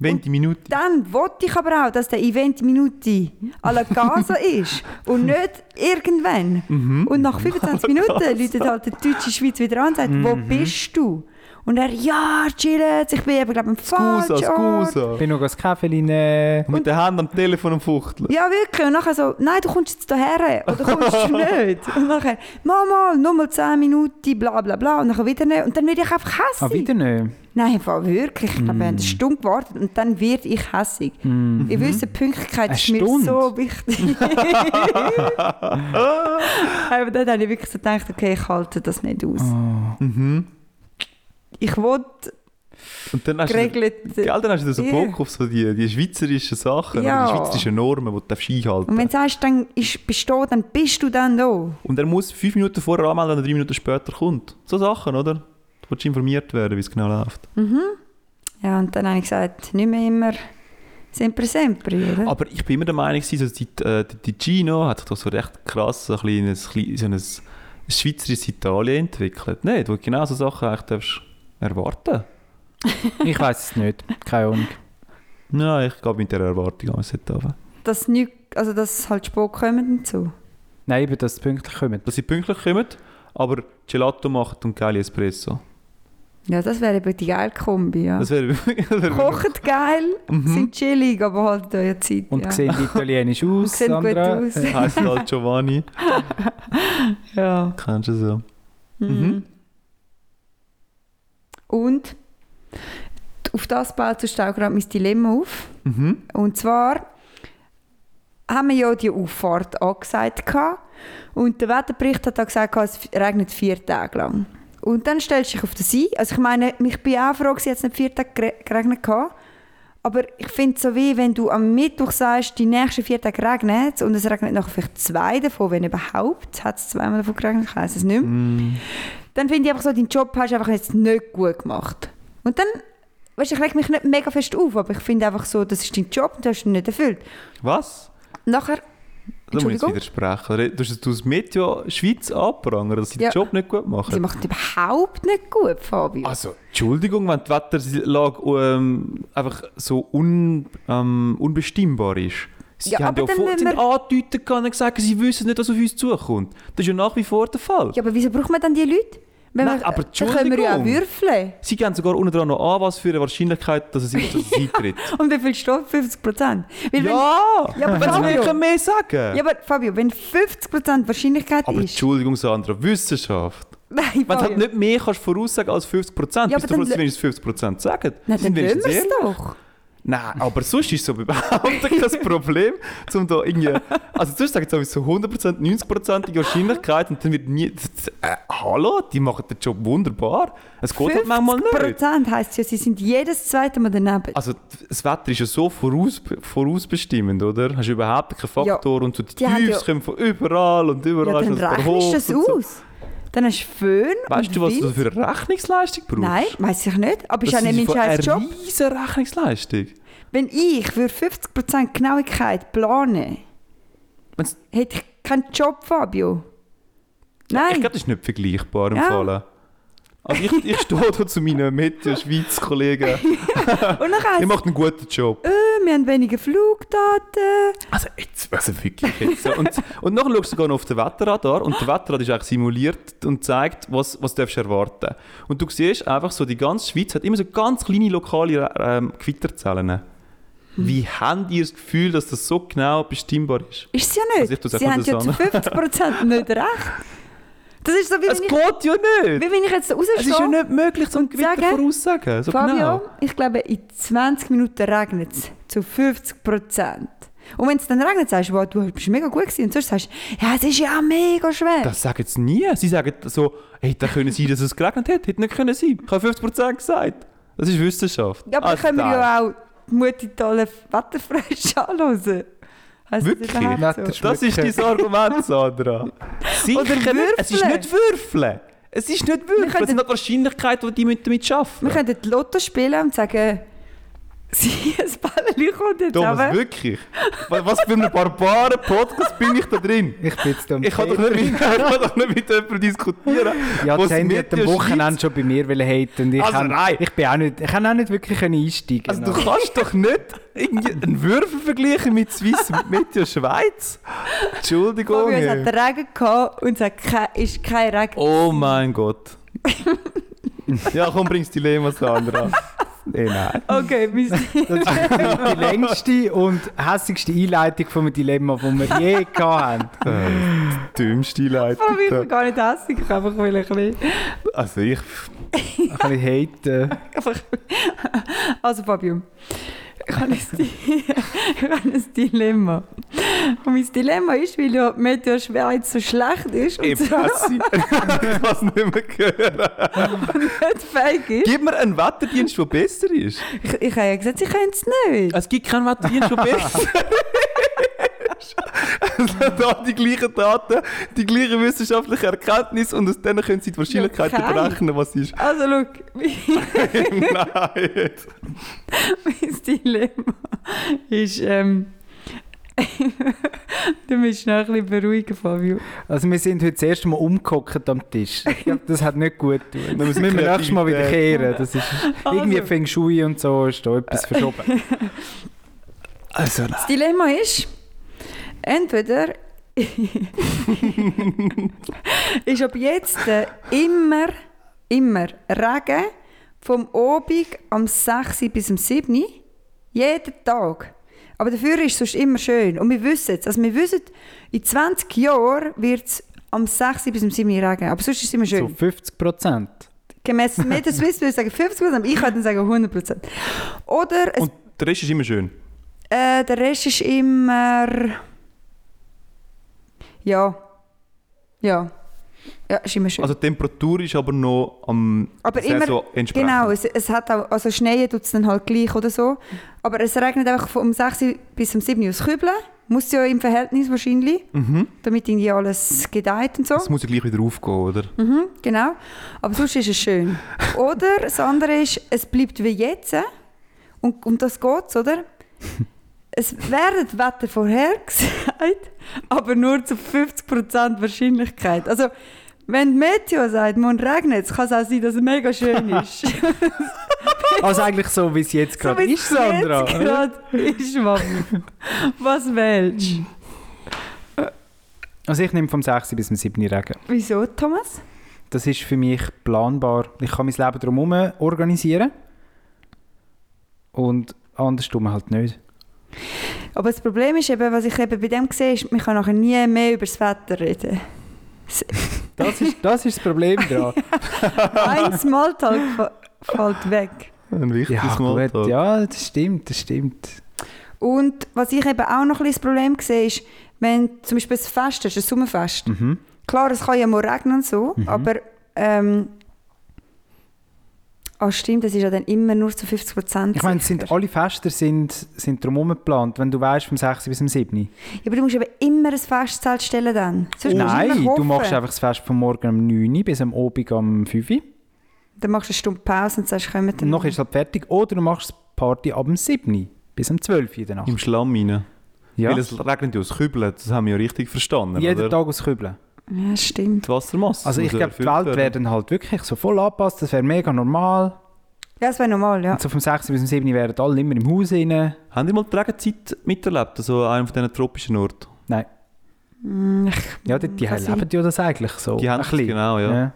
S3: 20 Minuten.
S5: Dann wollte ich aber auch, dass der Event Minute à la Casa ist und nicht irgendwann.
S3: Mhm.
S5: Und nach 25 Minuten läutet halt der deutsche Schweiz wieder an und sagt, wo
S3: Mhm.
S5: bist du? Und er, ja, chillet, ich bin eben, glaube ich, im
S3: Scusa,
S5: falschen Ort.»
S3: scusa.
S4: Ich bin noch das Kaffee rein.
S3: Mit der Hand am Telefon am Fuchteln.
S5: Ja, wirklich. Und nachher so, nein, du kommst jetzt hierher oder kommst du nicht. Und nachher, Mama, nochmal 10 Minuten, bla bla bla. Und dann wieder nicht. Und dann werde ich einfach
S4: Ah,
S5: hässig.
S4: wieder Mm. nicht.
S5: nein, im Fall wirklich. Ich glaube, wir haben eine Stunde gewartet und dann werde ich hässig.
S4: Hm.
S5: Ich wüsste, Pünktlichkeit
S4: Mhm. Eine
S5: ist mir
S4: Stunde?
S5: so wichtig. Aber dann habe ich wirklich so gedacht, okay, ich halte das nicht aus.
S4: Oh.
S3: Mhm.
S5: Ich wollte
S3: Und dann
S4: Also,
S3: hast du,
S5: geregelt...
S3: gell, dann hast du so
S5: Ja.
S3: Bock auf so die, die schweizerischen Sachen,
S5: Ja.
S3: die schweizerischen Normen, die du darfst einhalten
S5: Und wenn du sagst, dann ist, bist du da, dann bist du dann da.
S3: Und er muss fünf Minuten vorher anmelden, wenn er drei Minuten später kommt. So Sachen, oder? Du willst informiert werden, wie es genau läuft.
S5: Ja, und dann habe ich gesagt, nicht mehr immer sempre sempre, oder?
S3: Aber ich bin immer der Meinung, gewesen, so die, äh, die, die Gino hat sich doch so recht krass so ein kleines, kleines- so ein ein schweizerisches Italien entwickelt. Nein, du genau so Sachen eigentlich darfst erwarten.
S4: Ich weiß es nicht. Keine Ahnung.
S3: Nein, ich glaube mit der Erwartung an es runter.
S5: Dass nicht, also dass halt Sport kommen und so.
S4: Nein, eben, dass sie pünktlich kommen.
S3: Dass sie pünktlich kommen, aber Gelato machen und geile Espresso.
S5: Ja, das wäre eben die geile Kombi, ja.
S3: Das wäre... das wäre-
S5: Kochen geil, sind chillig, aber halt eure Zeit,
S4: Mhm. Und
S5: ja.
S4: sehen italienisch aus,
S5: sehen gut
S4: Sandra.
S5: aus.
S4: Äh,
S3: Heißt halt Giovanni.
S5: Ja.
S3: Kennst du so? Mhm.
S5: Und auf das baut sonst auch gerade mein Dilemma auf.
S3: Mhm.
S5: Und zwar haben wir ja die Auffahrt angesagt. gehabt. Und der Wetterbericht hat auch gesagt, es regnet vier Tage lang. Und dann stellst du dich auf das ein. Also ich meine, ich bin auch froh, dass es nicht vier Tage gere- geregnet hat. Aber ich finde es so wie, wenn du am Mittwoch sagst, die nächsten vier Tage regnet es und es regnet nachher vielleicht zwei davon, wenn überhaupt. Hat es zweimal davon geregnet? Ich weiß es nicht mehr. Dann finde ich einfach so, deinen Job hast du einfach jetzt nicht gut gemacht. Und dann, weißt du, ich reg mich nicht mega fest auf, aber ich finde einfach so, das ist dein Job und du hast ihn nicht erfüllt.
S3: Was?
S5: Nachher,
S3: Da muss ich jetzt
S5: Entschuldigung?
S3: widersprechen. Oder? Du hast das Meteo Schweiz anprangern, dass sie
S5: Ja.
S3: den Job nicht gut machen.
S5: sie macht ihn überhaupt nicht gut, Fabio.
S3: Also, Entschuldigung, wenn die Wetterlage ähm, einfach so un, ähm, unbestimmbar ist. Sie
S5: Ja,
S3: haben
S5: aber
S3: ja
S5: dann
S3: vor,
S5: müssen
S3: sind
S5: wir-
S3: andeuten können und gesagt, sie wissen nicht, was auf uns zukommt. Das ist ja nach wie vor der Fall.
S5: Ja, aber wieso braucht man dann die Leute? Wenn
S3: Nein,
S5: wir,
S3: aber
S5: dann können wir ja auch
S3: Entschuldigung.
S5: würfeln.
S3: Sie geben sogar unten dran noch an, was für eine Wahrscheinlichkeit, dass es immer so eintritt.
S5: Und wie viel steht? 50 Prozent.
S3: ja!
S5: Ja,
S3: wenn
S5: aber
S3: sie
S5: Fabio-
S3: nicht mehr sagen
S5: Ja, aber Fabio, wenn 50% Wahrscheinlichkeit
S3: Aber
S5: ist.
S3: Entschuldigung, Sandra, Wissenschaft.
S5: Nein,
S3: Wenn du
S5: Fabio.
S3: halt nicht mehr kannst voraussagen als 50 Prozent,
S5: Ja,
S3: bist
S5: aber
S3: du froh, dass
S5: dann-
S3: sie wenigstens 50 Prozent sagen.
S5: Nein,
S3: Sie
S5: dann
S3: sind wenigstens
S5: wollen wir es
S3: ehrlich.
S5: doch.
S3: Nein, aber sonst ist so überhaupt kein Problem, um da irgendwie... Also sonst sagen sie so 100%, 90% Wahrscheinlichkeit und dann wird nie... Äh, hallo, die machen den Job wunderbar. Es geht halt manchmal nicht.
S5: 50% heisst ja, sie sind jedes zweite Mal daneben.
S3: Also das Wetter ist ja so voraus, vorausbestimmend, oder? Hast du überhaupt keinen Faktor und so die,
S5: die haben
S3: Tiefs
S5: ja-
S3: kommen von überall und überall
S5: ja,
S3: ist
S5: dann
S3: noch ein paar
S5: rechnest du
S3: Hochs
S5: das
S3: und so.
S5: aus. Dann hast du Föhn
S3: Weißt
S5: und
S3: du, was
S5: Wind.
S3: du für eine Rechnungsleistung brauchst?
S5: Nein, weiß ich nicht. Aber ist auch nicht mein scheiß Job.
S3: Das ist eine riesige Rechnungsleistung.
S5: Wenn ich für 50% Genauigkeit plane,
S3: Wenn's-
S5: hätte ich keinen Job, Fabio.
S3: Ich
S5: Nein,
S3: glaube, das ist nicht vergleichbar im
S5: Ja.
S3: Fall. Also ich, ich stehe da zu meinen Meteo-Schweiz-Kollegen.
S5: und dann
S3: Ihr
S5: heisst
S3: macht einen guten Job.
S5: es, äh, wir haben weniger Flugdaten.
S3: Also, jetzt, also wirklich. Jetzt. so. Und, und nachher schaust du sogar noch auf den Wetterradar und der Wetterradar ist eigentlich simuliert und zeigt, was, was darfst du erwarten. Und du siehst einfach so, die ganze Schweiz hat immer so ganz kleine lokale ähm, Gewitterzellen.
S5: Hm.
S3: Wie habt ihr das Gefühl, dass das so genau bestimmbar ist?
S5: Ist es ja nicht.
S3: Also ich tu's auch
S5: Sie haben
S3: nicht
S5: ja zu
S3: sagen.
S5: 50% nicht recht. Das ist so, wie
S3: Es
S5: wenn ich,
S3: geht ja nicht!
S5: wie wenn ich jetzt da
S3: Es ist ja
S5: rausstehe.
S3: nicht möglich, so ein
S5: und
S3: Gewitter
S5: sagen,
S3: voraussagen. So
S5: Fabio,
S3: genau.
S5: ich glaube, in 20 Minuten regnet es zu 50%. Und wenn es dann regnet, sagst du, wow, du bist mega gut gewesen. Und sonst sagst du, ja, es ist ja mega schwer.
S3: Das sagen sie nie. Sie sagen so, hey, da können sein, dass es geregnet hat. Hätte nicht können sein. Ich habe 50% gesagt. Das ist Wissenschaft.
S5: ja, aber
S3: Also
S5: dann können wir
S3: nein.
S5: ja auch die Mutti tolle Wetterfrosch anhören. Heisst das
S3: Wirklich?
S5: überhaupt so?
S4: Wettersch-
S3: Das ist dein Argument, Sandra. Sicher
S5: Oder
S3: nicht. Es ist
S5: würfeln.
S3: nicht würfeln. Es ist nicht würfeln.
S5: können-
S3: Es sind halt Wahrscheinlichkeiten, die die müssen damit
S5: Also, Wir
S3: schaffen
S5: könnten Lotto spielen und sagen, sie ein Bällchen kommt jetzt
S3: Thomas,
S5: runter.
S3: wirklich? Was was für ein barbaren Podcast bin ich da drin?
S4: Ich bin jetzt am
S3: Ich kann doch nicht mit, ich kann doch nicht mit jemandem diskutieren.
S5: Genau.
S4: Ja,
S3: was
S4: die Sandy
S3: mit
S4: hat am
S3: der
S4: Wochenende
S3: Schweiz-
S4: schon bei mir haten und ich,
S3: Also
S4: kann,
S3: nein.
S4: ich bin auch nicht, ich kann auch nicht wirklich können einsteigen.
S3: Also, du kannst doch nicht irgendwie einen Würfel vergleichen mit Swiss mit der Schweiz. Entschuldigung.
S5: Fabius hat Regen gehabt und sagt, ke- ist kein Regen.
S3: Oh mein Gott. ja, komm, bring's Dilemma, Sandra. Nein, nein.
S5: Okay, wir
S4: das ist die längste und hässigste Einleitung von einem Dilemma, das wir je gehabt haben.
S3: Äh, dümmste
S5: Warum ich
S3: Leitung.
S5: bin gar nicht hässlich, ich einfach will ein bisschen.
S3: Also ich...
S4: Ein bisschen haten.
S5: Einfach. Also Fabian, ich habe, ein Di- ich habe ein Dilemma. Und mein Dilemma ist, weil ja die Meteor Schweiz so schlecht ist und
S3: Ich
S5: so
S3: fresse. ich kann's nicht mehr hören.
S5: nicht fähig ist.
S3: Gib mir einen Wetterdienst, der besser ist.
S5: Ich, ich habe ja gesagt, sie können es nicht.
S3: Es gibt keinen Wetterdienst, der besser ist. Es hat da die gleichen Daten, die gleiche wissenschaftliche Erkenntnis und aus denen können sie die Wahrscheinlichkeit
S5: Ja, kein.
S3: berechnen, was ist.
S5: Also schau, mein
S3: Nein.
S5: Dilemma ist... Ähm, du musst noch ein bisschen beruhigen, Fabio.
S4: Also wir sind heute das erste Mal umgehockt am Tisch. Ich glaub, Das hat nicht gut getan.
S3: Dann
S4: Das
S3: müssen
S4: müssen wir nächstes Mal wieder
S3: Kreativität.
S4: kehren. Das ist, irgendwie
S5: Also. Äh.
S4: Feng Shui und so ist da etwas verschoben.
S3: Also nein.
S5: Das Dilemma ist, entweder ist ab jetzt äh, immer, immer Regen vom Abend am 6 Uhr bis am 7 Uhr, jeden Tag. Aber dafür ist es sonst immer schön. Und wir wissen es. Also wir wissen, in 20 Jahren wird es am 6 Uhr bis am 7 Uhr Regen. Aber sonst ist es immer schön
S4: So 50 Prozent.
S5: gemäß Metaswiss würde ich sagen 50%, aber ich würde dann sagen 100%. Oder es,
S3: Und der Rest ist immer schön.
S5: äh, der Rest ist immer... Ja. Ja. Ja, ist immer schön.
S3: Also die Temperatur ist aber noch am
S5: aber immer,
S3: Saison entsprechend.
S5: genau, es, es hat auch, also Schnee tut es dann halt gleich oder so. Aber es regnet einfach vom 6 Uhr bis um 7 Uhr aus Kübeln. Muss ja im Verhältnis wahrscheinlich,
S3: Mhm.
S5: damit irgendwie alles gedeiht und so.
S3: Das muss ja gleich wieder aufgehen, oder?
S5: Mhm, genau. Aber sonst ist es schön. Oder das andere ist, es bleibt wie jetzt. Und um das geht es, oder? Es werden die Wetter vorhergesagt, aber nur zu 50% Wahrscheinlichkeit. Also, wenn die Meteo sagt, morgen regnet es, kann es auch sein, dass es mega schön ist.
S4: Also eigentlich so, wie es jetzt
S5: so
S4: gerade
S5: wie
S4: ist, Sandra.
S5: es jetzt gerade ist, Mami. Was wählst du?
S4: Also ich nehme vom 6. bis zum 7. Regen.
S5: Wieso, Thomas?
S4: Das ist für mich planbar. Ich kann mein Leben drumherum organisieren. Und andersrum halt nicht.
S5: Aber das Problem ist eben, was ich eben bei dem sehe, ist, man kann nachher nie mehr über das Wetter reden.
S4: Das ist das, ist das Problem daran.
S5: Ein Smalltalk fa fällt weg.
S3: Ein wichtiges
S4: ja,
S3: Smalltalk.
S4: gut. Ja, das stimmt, das stimmt.
S5: Und was ich eben auch noch ein bisschen das Problem sehe, ist, wenn zum Beispiel ein Fest ist, ein Sommerfest.
S4: Mhm.
S5: Klar, es kann ja mal regnen und so,
S4: Mhm.
S5: aber... Ähm, Ah, stimmt, das ist ja dann immer nur zu 50 Prozent.
S4: Ich meine, es sind alle Fester sind, sind drumherum geplant, wenn du weißt vom 6. bis um zum 7.
S5: ja, aber du musst eben immer ein Festzelt stellen dann. Sonst musst du,
S4: Nein,
S5: immer
S4: du
S5: hoffen.
S4: machst einfach das Fest vom Morgen um 9 Uhr bis am Abend um 5 Uhr.
S5: Dann machst du eine Stunde Pause und sagst, kommen
S4: Und
S5: dann.
S4: nachher ist es halt fertig. Oder du machst die Party ab dem 7. Uhr bis um 12 Uhr in der Nacht.
S3: Im Schlamm rein.
S4: Ja.
S3: Weil es regnet ja aus Kübeln, das haben wir ja richtig verstanden,
S4: Jeden
S3: oder?
S4: Tag aus Kübeln.
S5: Ja, stimmt.
S3: Die Wassermasse.
S4: Also ich
S3: muss
S4: glaube, die
S3: erfüllt
S4: Welt wäre dann halt wirklich so voll angepasst, das wäre mega normal.
S5: Ja, das wäre normal, ja.
S4: Und so vom 6. bis zum 7. wären alle immer im Haus rein.
S3: Haben die mal die Regenzeit miterlebt? Also an einem von diesen tropischen Orten?
S4: Nein.
S5: Mm, ich-
S4: Ja, die, die
S5: Kann sein.
S4: leben ja das eigentlich so.
S3: Die haben
S4: Oh, Ein bisschen.
S3: genau, ja.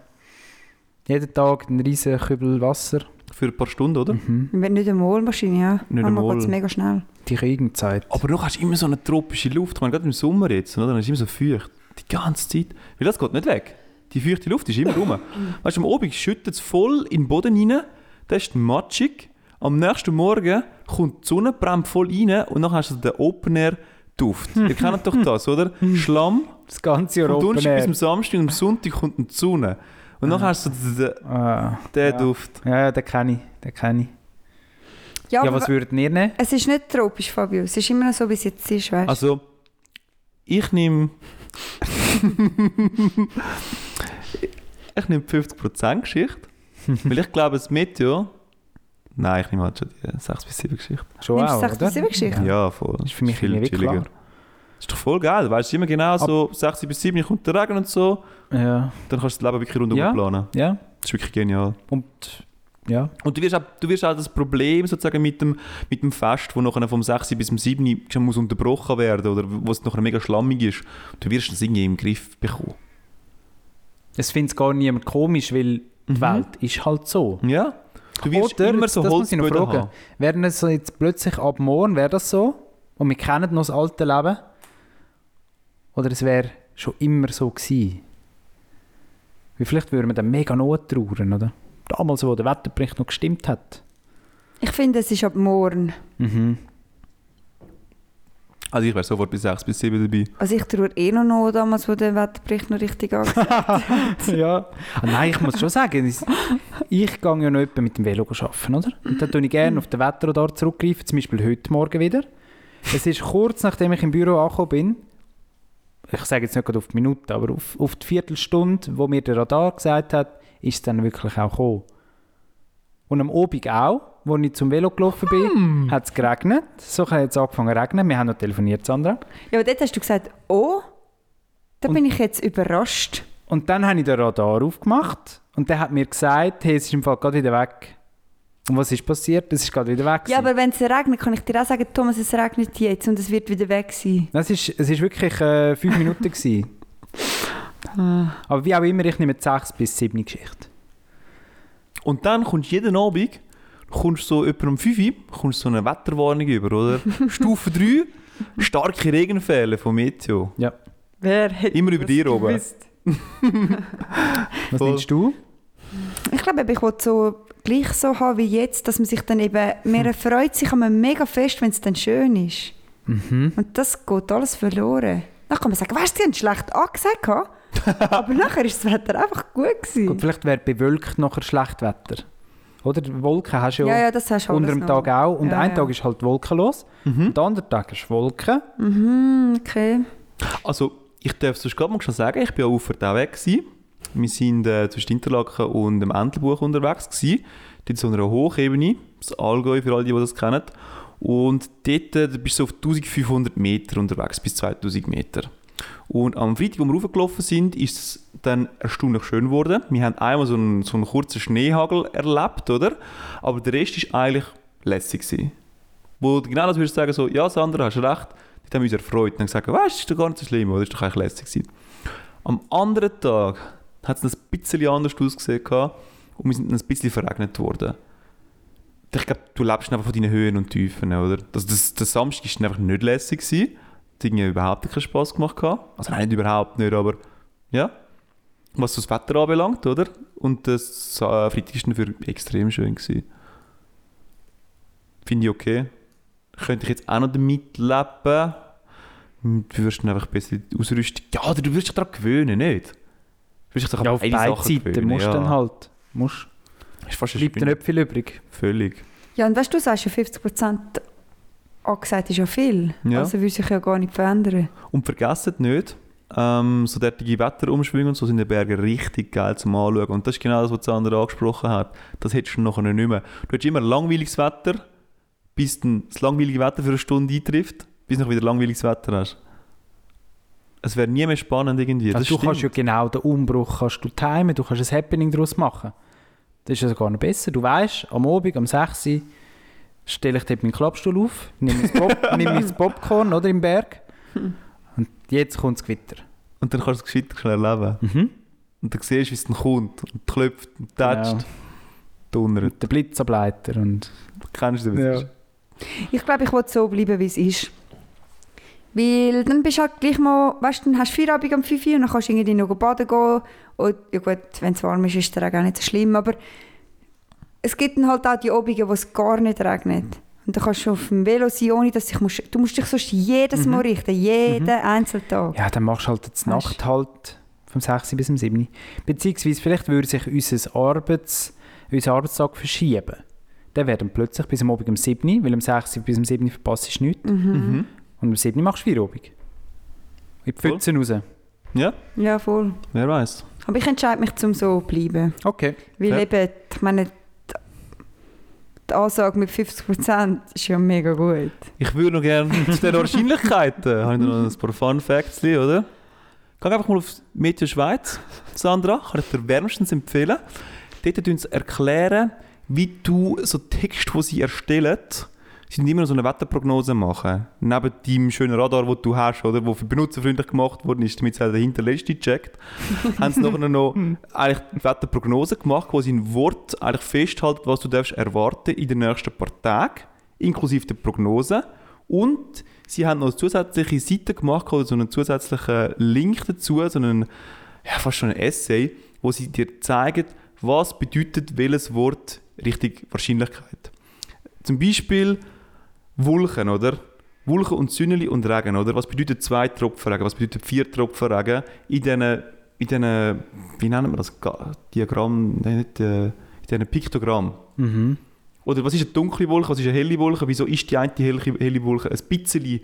S4: Jeden Tag einen riesen Kübel Wasser.
S3: Für ein paar Stunden, oder?
S4: Mhm.
S5: Wenn Nicht einmal wahrscheinlich, ja.
S3: Nicht
S5: Manchmal
S3: einmal.
S5: geht es mega schnell.
S4: Die Regenzeit.
S3: Aber noch hast du immer so eine tropische Luft. Ich meine, gerade im Sommer jetzt, oder? Dann ist immer so feucht. Die ganze Zeit. Weil das geht nicht weg. Die feuchte Luft ist immer rum. Weißt du, am Abend schüttet es voll in den Boden rein. Das ist matschig. Am nächsten Morgen kommt die Sonne, brennt voll rein und dann hast du den Open-Air-Duft. Ihr kennt doch das, oder? Schlamm.
S4: Das ganze
S3: Vom
S4: Europa.
S3: Donnerstag bis am Samstag und am Sonntag kommt dann die Sonne. Und dann hast du den,
S4: ah,
S3: den
S4: Ja.
S3: Duft.
S4: ja, den kenne ich. Den kenne ich.
S5: Ja,
S4: Ja,
S5: aber
S4: was würdet ihr nehmen?
S5: es ist nicht tropisch, Fabio. Es ist immer noch so, wie es jetzt ist, weißt du.
S3: Also, ich nehme. ich nehme die 50% Geschichte. weil ich glaube, das Meteor. Nein, ich nehme halt schon die 6 bis 7 Geschichte.
S4: Schon
S5: Nimmst du
S4: auch,
S5: sechs
S4: oder?
S5: bis sieben Geschichten?
S3: Ja, voll.
S4: Ist für mich
S3: Viel
S4: irgendwie
S3: chilliger.
S4: klar.
S3: Ist doch voll geil. Weißt du immer genau so, 6 bis 7 kommt der Regen und so.
S4: Ja.
S3: Dann kannst du das Leben wirklich rundum
S4: Ja.
S3: planen.
S4: Ja.
S3: Das ist wirklich genial.
S4: Und ja.
S3: Und du wirst, auch, du wirst auch das Problem sozusagen mit dem, mit dem Fest, wo nachher vom 6. bis zum 7. schon muss unterbrochen werden oder wo es nachher mega schlammig ist, du wirst das irgendwie im Griff bekommen.
S4: Es findet gar niemand komisch, weil
S3: Mhm.
S4: die Welt ist halt so.
S3: Ja? Du wirst
S4: Oder,
S3: immer so
S4: das muss ich noch
S3: Holzböden
S4: fragen.
S3: haben.
S4: Wäre das so jetzt plötzlich ab morgen, wäre das so? Und wir kennen noch das alte Leben? Oder es wäre schon immer so gewesen? Weil vielleicht würden wir dann mega Not trauern, oder? Damals, wo der Wetterbericht noch gestimmt hat.
S5: Ich finde, es ist ab morgen.
S4: Mhm.
S3: Also ich wäre sofort bis 6 bis 7 dabei.
S5: Also ich traue eh noch noch damals, wo der Wetterbericht noch richtig angeht.
S4: ja. Ah, nein, ich muss schon sagen, es- ich gehe ja noch etwa mit dem Velo arbeiten, oder? Und dann tue ich gerne auf den Wetterradar zurückgreifen, zum Beispiel heute Morgen wieder. Es ist kurz nachdem ich im Büro angekommen bin, ich sage jetzt nicht gerade auf die Minute, aber auf, auf die Viertelstunde, wo mir der Radar gesagt hat, ist es dann wirklich auch gekommen. Und am Abend auch, als ich zum Velo gelaufen bin, hat es geregnet. So hat es angefangen zu regnen. Wir haben noch telefoniert, Sandra.
S5: ja, aber dort hast du gesagt, oh, da
S4: Und-
S5: bin ich jetzt überrascht.
S4: Und dann habe ich den Radar aufgemacht und der hat mir gesagt, hey, es ist im Fall gerade wieder weg. Und was ist passiert? Es ist gerade wieder weg.
S5: Ja,
S4: gewesen.
S5: aber wenn es regnet, kann ich dir auch sagen, Thomas, es regnet jetzt und es wird wieder weg sein.
S4: das ist, es ist wirklich äh, fünf Minuten. Gewesen. aber wie auch immer, ich nehme die sechs bis sieben Geschichte.
S3: Und dann kommst du jeden Abend, kommst so etwa um 5 Uhr, kommst so eine Wetterwarnung über, oder? Stufe 3, starke Regenfälle vom Meteor.
S5: Wer hätte
S3: Immer über
S5: das
S3: dir oben.
S5: gewusst?
S4: Was
S3: Voll.
S4: nimmst du?
S5: Ich glaube, eben, ich wollte so gleich so haben wie jetzt, dass man sich dann eben,
S4: Hm.
S5: man freut sich immer mega fest, wenn es dann schön ist.
S4: Mhm.
S5: Und das geht alles verloren. Dann kann man sagen, weißt du, die haben schlecht angesagt. ha? Aber nachher war das Wetter einfach gut.
S4: Gut,
S5: Gewesen.
S4: vielleicht wäre bewölkt nachher schlecht Wetter. Oder Die Wolken hast du ja,
S5: Ja, ja, das hast du
S4: unter
S5: alles
S4: dem
S5: noch.
S4: Tag auch. Und
S5: Ja,
S4: ein
S5: ja.
S4: Tag ist halt wolkenlos
S3: Mhm.
S4: und der andere Tag ist Wolken.
S5: Mhm, okay.
S3: Also, ich darf es gerade mal schon sagen, ich bin am Ufer auch weg. Gewesen. Wir sind äh, zwischen Interlaken und dem Entlebuch unterwegs. Gewesen. Dort in so einer Hochebene, das Allgäu für all die, die das kennen. Und dort äh, da bist du so auf 1500 Meter unterwegs, bis 2000 Meter. Und am Freitag, wo wir raufgelaufen sind, ist es dann erstaunlich schön geworden. Wir haben einmal so einen, so einen kurzen Schneehagel erlebt, oder? Aber der Rest ist eigentlich lässig. Gewesen. Wo du genau das würdest sagen, so, ja Sandra, hast recht, dort haben wir uns erfreut und haben gesagt, weißt du, ist doch gar nicht so schlimm, oder? Ist doch eigentlich lässig gewesen. Am anderen Tag hat es ein bisschen anders ausgesehen gehabt und wir sind dann ein bisschen verregnet worden. Ich glaube, du lebst einfach von deinen Höhen und Tiefen, oder? Also das, der Samstag war dann einfach nicht lässig. Gewesen. Das hat irgendwie überhaupt keinen Spass gemacht. gehabt. Also nein, nicht überhaupt nicht, aber ja. Was so das Wetter anbelangt, oder? Und das äh, Freitag war dann für extrem schön. Gewesen. Finde ich okay. Könnte ich jetzt auch noch damit leben. Hm, Du wirst dann einfach besser ausrüsten. Ja, oder du wirst dich daran gewöhnen, nicht? Du wirst dich doch
S4: Ja, auf
S3: eine
S4: beide
S3: Sache
S4: Seiten
S3: gewöhnen,
S4: musst du
S3: ja.
S4: dann halt. Musst.
S3: Ist fast eine
S4: Bleibt dir
S3: Spinne.
S4: nicht viel übrig.
S3: Völlig.
S5: Ja, und weißt du, du sagst ja 50% angesagt ist ja viel.
S3: Ja.
S5: Also würde sich ja gar nicht verändern.
S3: Und vergesst nicht, ähm, so derartige Wetterumschwünge und so sind die Berge richtig geil zum Anschauen. Und das ist genau das, was Sandra angesprochen hat. Das hättest du nachher nicht mehr. Du hast immer langweiliges Wetter, bis dann das langweilige Wetter für eine Stunde eintrifft, bis du noch wieder langweiliges Wetter hast. Es wäre nie mehr spannend irgendwie.
S4: Also
S3: das
S4: du kannst ja
S3: stimmt.
S4: genau den Umbruch kannst du timen, du kannst ein Happening daraus machen. Das ist ja sogar noch besser. Du weißt, am Abend, am 6. Uhr, stelle ich dort meinen Klappstuhl auf, nehme mein, Pop nehme mein Popcorn oder im Berg. Und jetzt kommt das Gewitter.
S3: Und dann kannst du es gescheit schnell erleben.
S4: Mhm.
S3: Und dann siehst du, wie es dann kommt. Und klopft und tätscht.
S4: Genau.
S3: Donnert.
S4: Und der Blitzableiter. Und
S3: Du kennst du das?
S4: Ja.
S5: Ich glaube, ich will so bleiben, wie es ist. Weil dann bist du halt gleich mal, weißt du, dann hast du Feierabend am 5 Uhr und dann kannst du irgendwie noch baden gehen. Und ja gut, wenn es warm ist, ist der Regen auch nicht so schlimm, aber es gibt dann halt auch die Abende, wo es gar nicht regnet. Und dann kannst du auf dem Velo sein, ohne dass ich musst, du musst dich sonst jedes Mal richten, jeden einzelnen Tag.
S4: ja, dann machst du halt jetzt die
S5: Weißt-
S4: Nacht halt vom 6. bis zum 7. Beziehungsweise vielleicht würde sich unser, Arbeits, unser Arbeitstag verschieben. Dann wäre dann plötzlich bis am Abend um 7. Weil am 6. bis um 7. verpasst du nichts.
S3: Mhm.
S4: Und um 7. machst du Feierabend. In die
S3: Voll.
S4: Pfützen raus.
S3: Ja,
S5: Ja, voll.
S3: wer weiß.
S5: Aber ich entscheide mich, zum so zu bleiben.
S4: Okay.
S5: Weil
S3: Ja.
S5: eben, ich meine, die- die Ansage mit 50% ist ja mega gut.
S3: Ich würde noch gerne zu den Wahrscheinlichkeiten. Habe ich noch ein paar Fun Facts, oder? Geh einfach mal auf Meteo Schweiz, Sandra. Kann ich dir wärmstens empfehlen. Dort tun sie erklären, wie du so Texte, die sie erstellen, sie tun immer noch so eine Wetterprognose machen. Neben deinem schönen Radar, den du hast, oder? Wo für benutzerfreundlich gemacht worden ist, damit es auch der Hinterletzte checkt. haben sie nachher noch eigentlich die Wetterprognose gemacht, wo sie in Wort eigentlich festhalten, was du darfst erwarten in den nächsten paar Tagen, inklusive der Prognose. Und sie haben noch eine zusätzliche Seite gemacht, oder so einen zusätzlichen Link dazu, so einen, ja, fast schon ein Essay, wo sie dir zeigen, was bedeutet welches Wort richtig Wahrscheinlichkeit. Zum Beispiel Wulchen, oder? Wulchen und Sünneli und Regen, oder? Was bedeutet zwei Tropfen Regen? Was bedeutet vier Tropfen Regen? In diesen, in diesen wie nennen wir das? Ga- Diagramm, nein, nicht, äh, in diesen Piktogramm.
S4: Mhm.
S3: Oder was ist eine dunkle Wolke, was ist eine helle Wolke, wieso ist die eine helle, helle Wolke ein bisschen,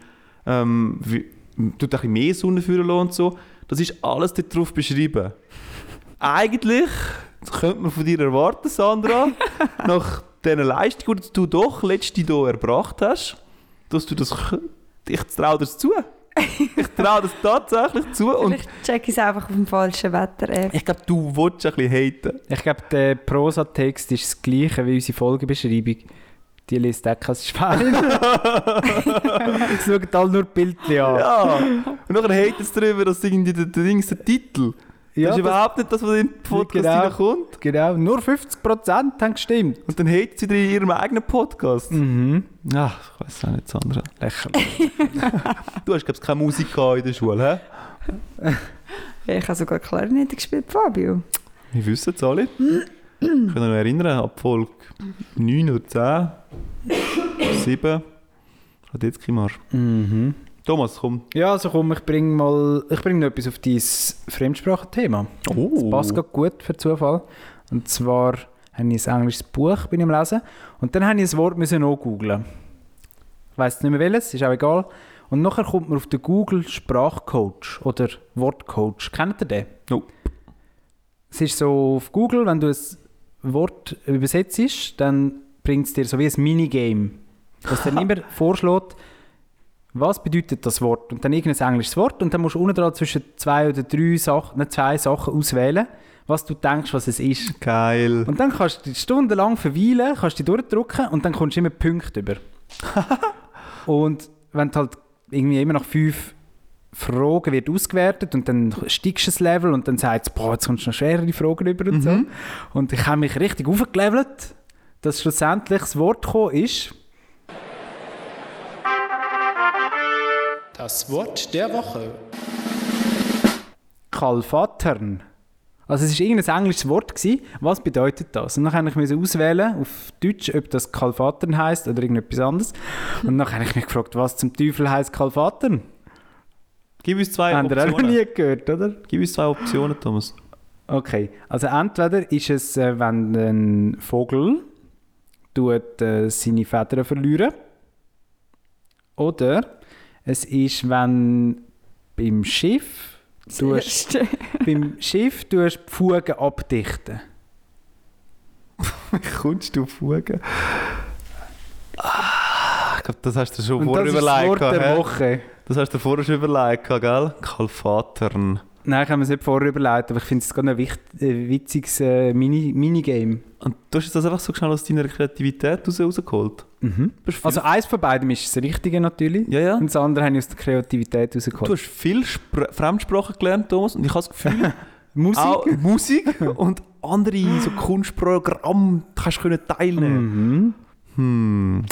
S3: ähm, wie, tut ein bisschen mehr Sonne führen und so. Das ist alles dort drauf beschrieben. Eigentlich das könnte man von dir erwarten, Sandra, nach diesen Leistungen, die du doch letzte hier erbracht hast, dass du das... k- Ich traue das zu. Ich traue das tatsächlich zu. Und
S5: Vielleicht check ich es einfach auf dem falschen Wetter-App.
S3: ich glaube, du willst ein bisschen haten.
S4: Ich glaube, der Prosatext ist das gleiche wie unsere Folgenbeschreibung. Die liest auch kein Schwein. Es schaut alle nur die Bilder an.
S3: Ja. Und nachher hatet es darüber, dass irgendwie der, der, Dings der Titel...
S4: Ja,
S3: das ist
S4: das-
S3: überhaupt nicht das, was in den Podcast
S4: Genau.
S3: reinkommt.
S4: Genau, nur 50% haben gestimmt.
S3: Und dann hatet sie in ihrem eigenen Podcast.
S4: Mhm.
S3: Ach, ich weiß auch nicht, Sandra.
S4: Lächerlich.
S3: Du hast, glaube ich, keine Musik gehabt in der Schule, hä?
S5: Ich habe sogar Klarinette gespielt, Fabio.
S3: Wir wissen es alle. Ich kann mich noch erinnern, ab Folge 9 oder 10, 7, hat jetzt kein Marsch.
S4: Mhm.
S3: Thomas, komm.
S4: Ja, also komm, ich bringe mal ich bring noch etwas auf dein Fremdsprachenthema. Das
S3: Oh.
S4: passt gerade gut für Zufall. Und zwar habe ich ein englisches Buch bin ich am Lesen. Und dann habe ich ein Wort müssen auch googlen. Ich weiss nicht mehr welches, ist auch egal. Und nachher kommt man auf den Google Sprachcoach oder Wortcoach. Kennt ihr den?
S3: Nope.
S4: Es ist so auf Google, wenn du ein Wort übersetzt, dann bringt es dir so wie ein Minigame. Dass dann immer vorschlägt, was bedeutet das Wort? Und dann irgendein englisches Wort und dann musst du unten dran zwischen zwei oder drei Sachen, nein, zwei Sachen auswählen, was du denkst, was es ist.
S3: Geil.
S4: Und dann kannst du dich stundenlang verweilen, kannst dich durchdrücken und dann kommst du immer Punkte über. und wenn du halt irgendwie immer nach fünf Fragen wird ausgewertet und dann steigst du das Level und dann sagt es, boah, jetzt kommst du noch schwerere Fragen über und so. Und ich habe mich richtig aufgelevelt, dass schlussendlich das Wort gekommen ist.
S6: Das Wort der Woche.
S4: Kalfatern. Also es war irgendein englisches Wort, gewesen. was bedeutet das? Und dann musste ich müssen auswählen auf Deutsch, ob das Kalfatern heisst oder irgendetwas anderes. Und dann habe ich mich gefragt, was zum Teufel heisst Kalfatern?
S3: Gib uns zwei
S4: Haben ihr auch noch
S3: Optionen.
S4: nie gehört, oder?
S3: Gib uns zwei Optionen, Thomas.
S4: Okay, also entweder ist es, äh, wenn ein Vogel tut, äh, seine Federn verlieren oder es ist, wenn beim Schiff du hast- beim Schiff tust du die Fugen abdichten.
S3: Wie kommst du auf Fugen? Ah, Ich glaube, das hast du schon
S4: Und das
S3: vorher
S4: ist das
S3: überlegt.
S4: Wort
S3: gehabt,
S4: der
S3: hä?
S4: Woche.
S3: Das hast du vorher schon überlegt, gehabt, gell? Kalfatern.
S4: Nein, ich habe mir das nicht vorher überlegt, aber ich finde es gerade ein wicht- äh, witziges äh, Mini Minigame.
S3: Und du hast jetzt das einfach so schnell aus deiner Kreativität raus- rausgeholt. Du hast viel-
S4: Also eins von beidem ist das Richtige natürlich.
S3: Mhm. ja, ja.
S4: Und das andere habe ich aus der Kreativität
S3: Du
S4: rausgeholt.
S3: hast viel Spr Fremdsprachen gelernt, Thomas, und ich habe das Gefühl,
S4: Musik?
S3: auch Musik und andere so Kunstprogramme kannst du können teilnehmen.
S4: Mhm.
S3: Hm.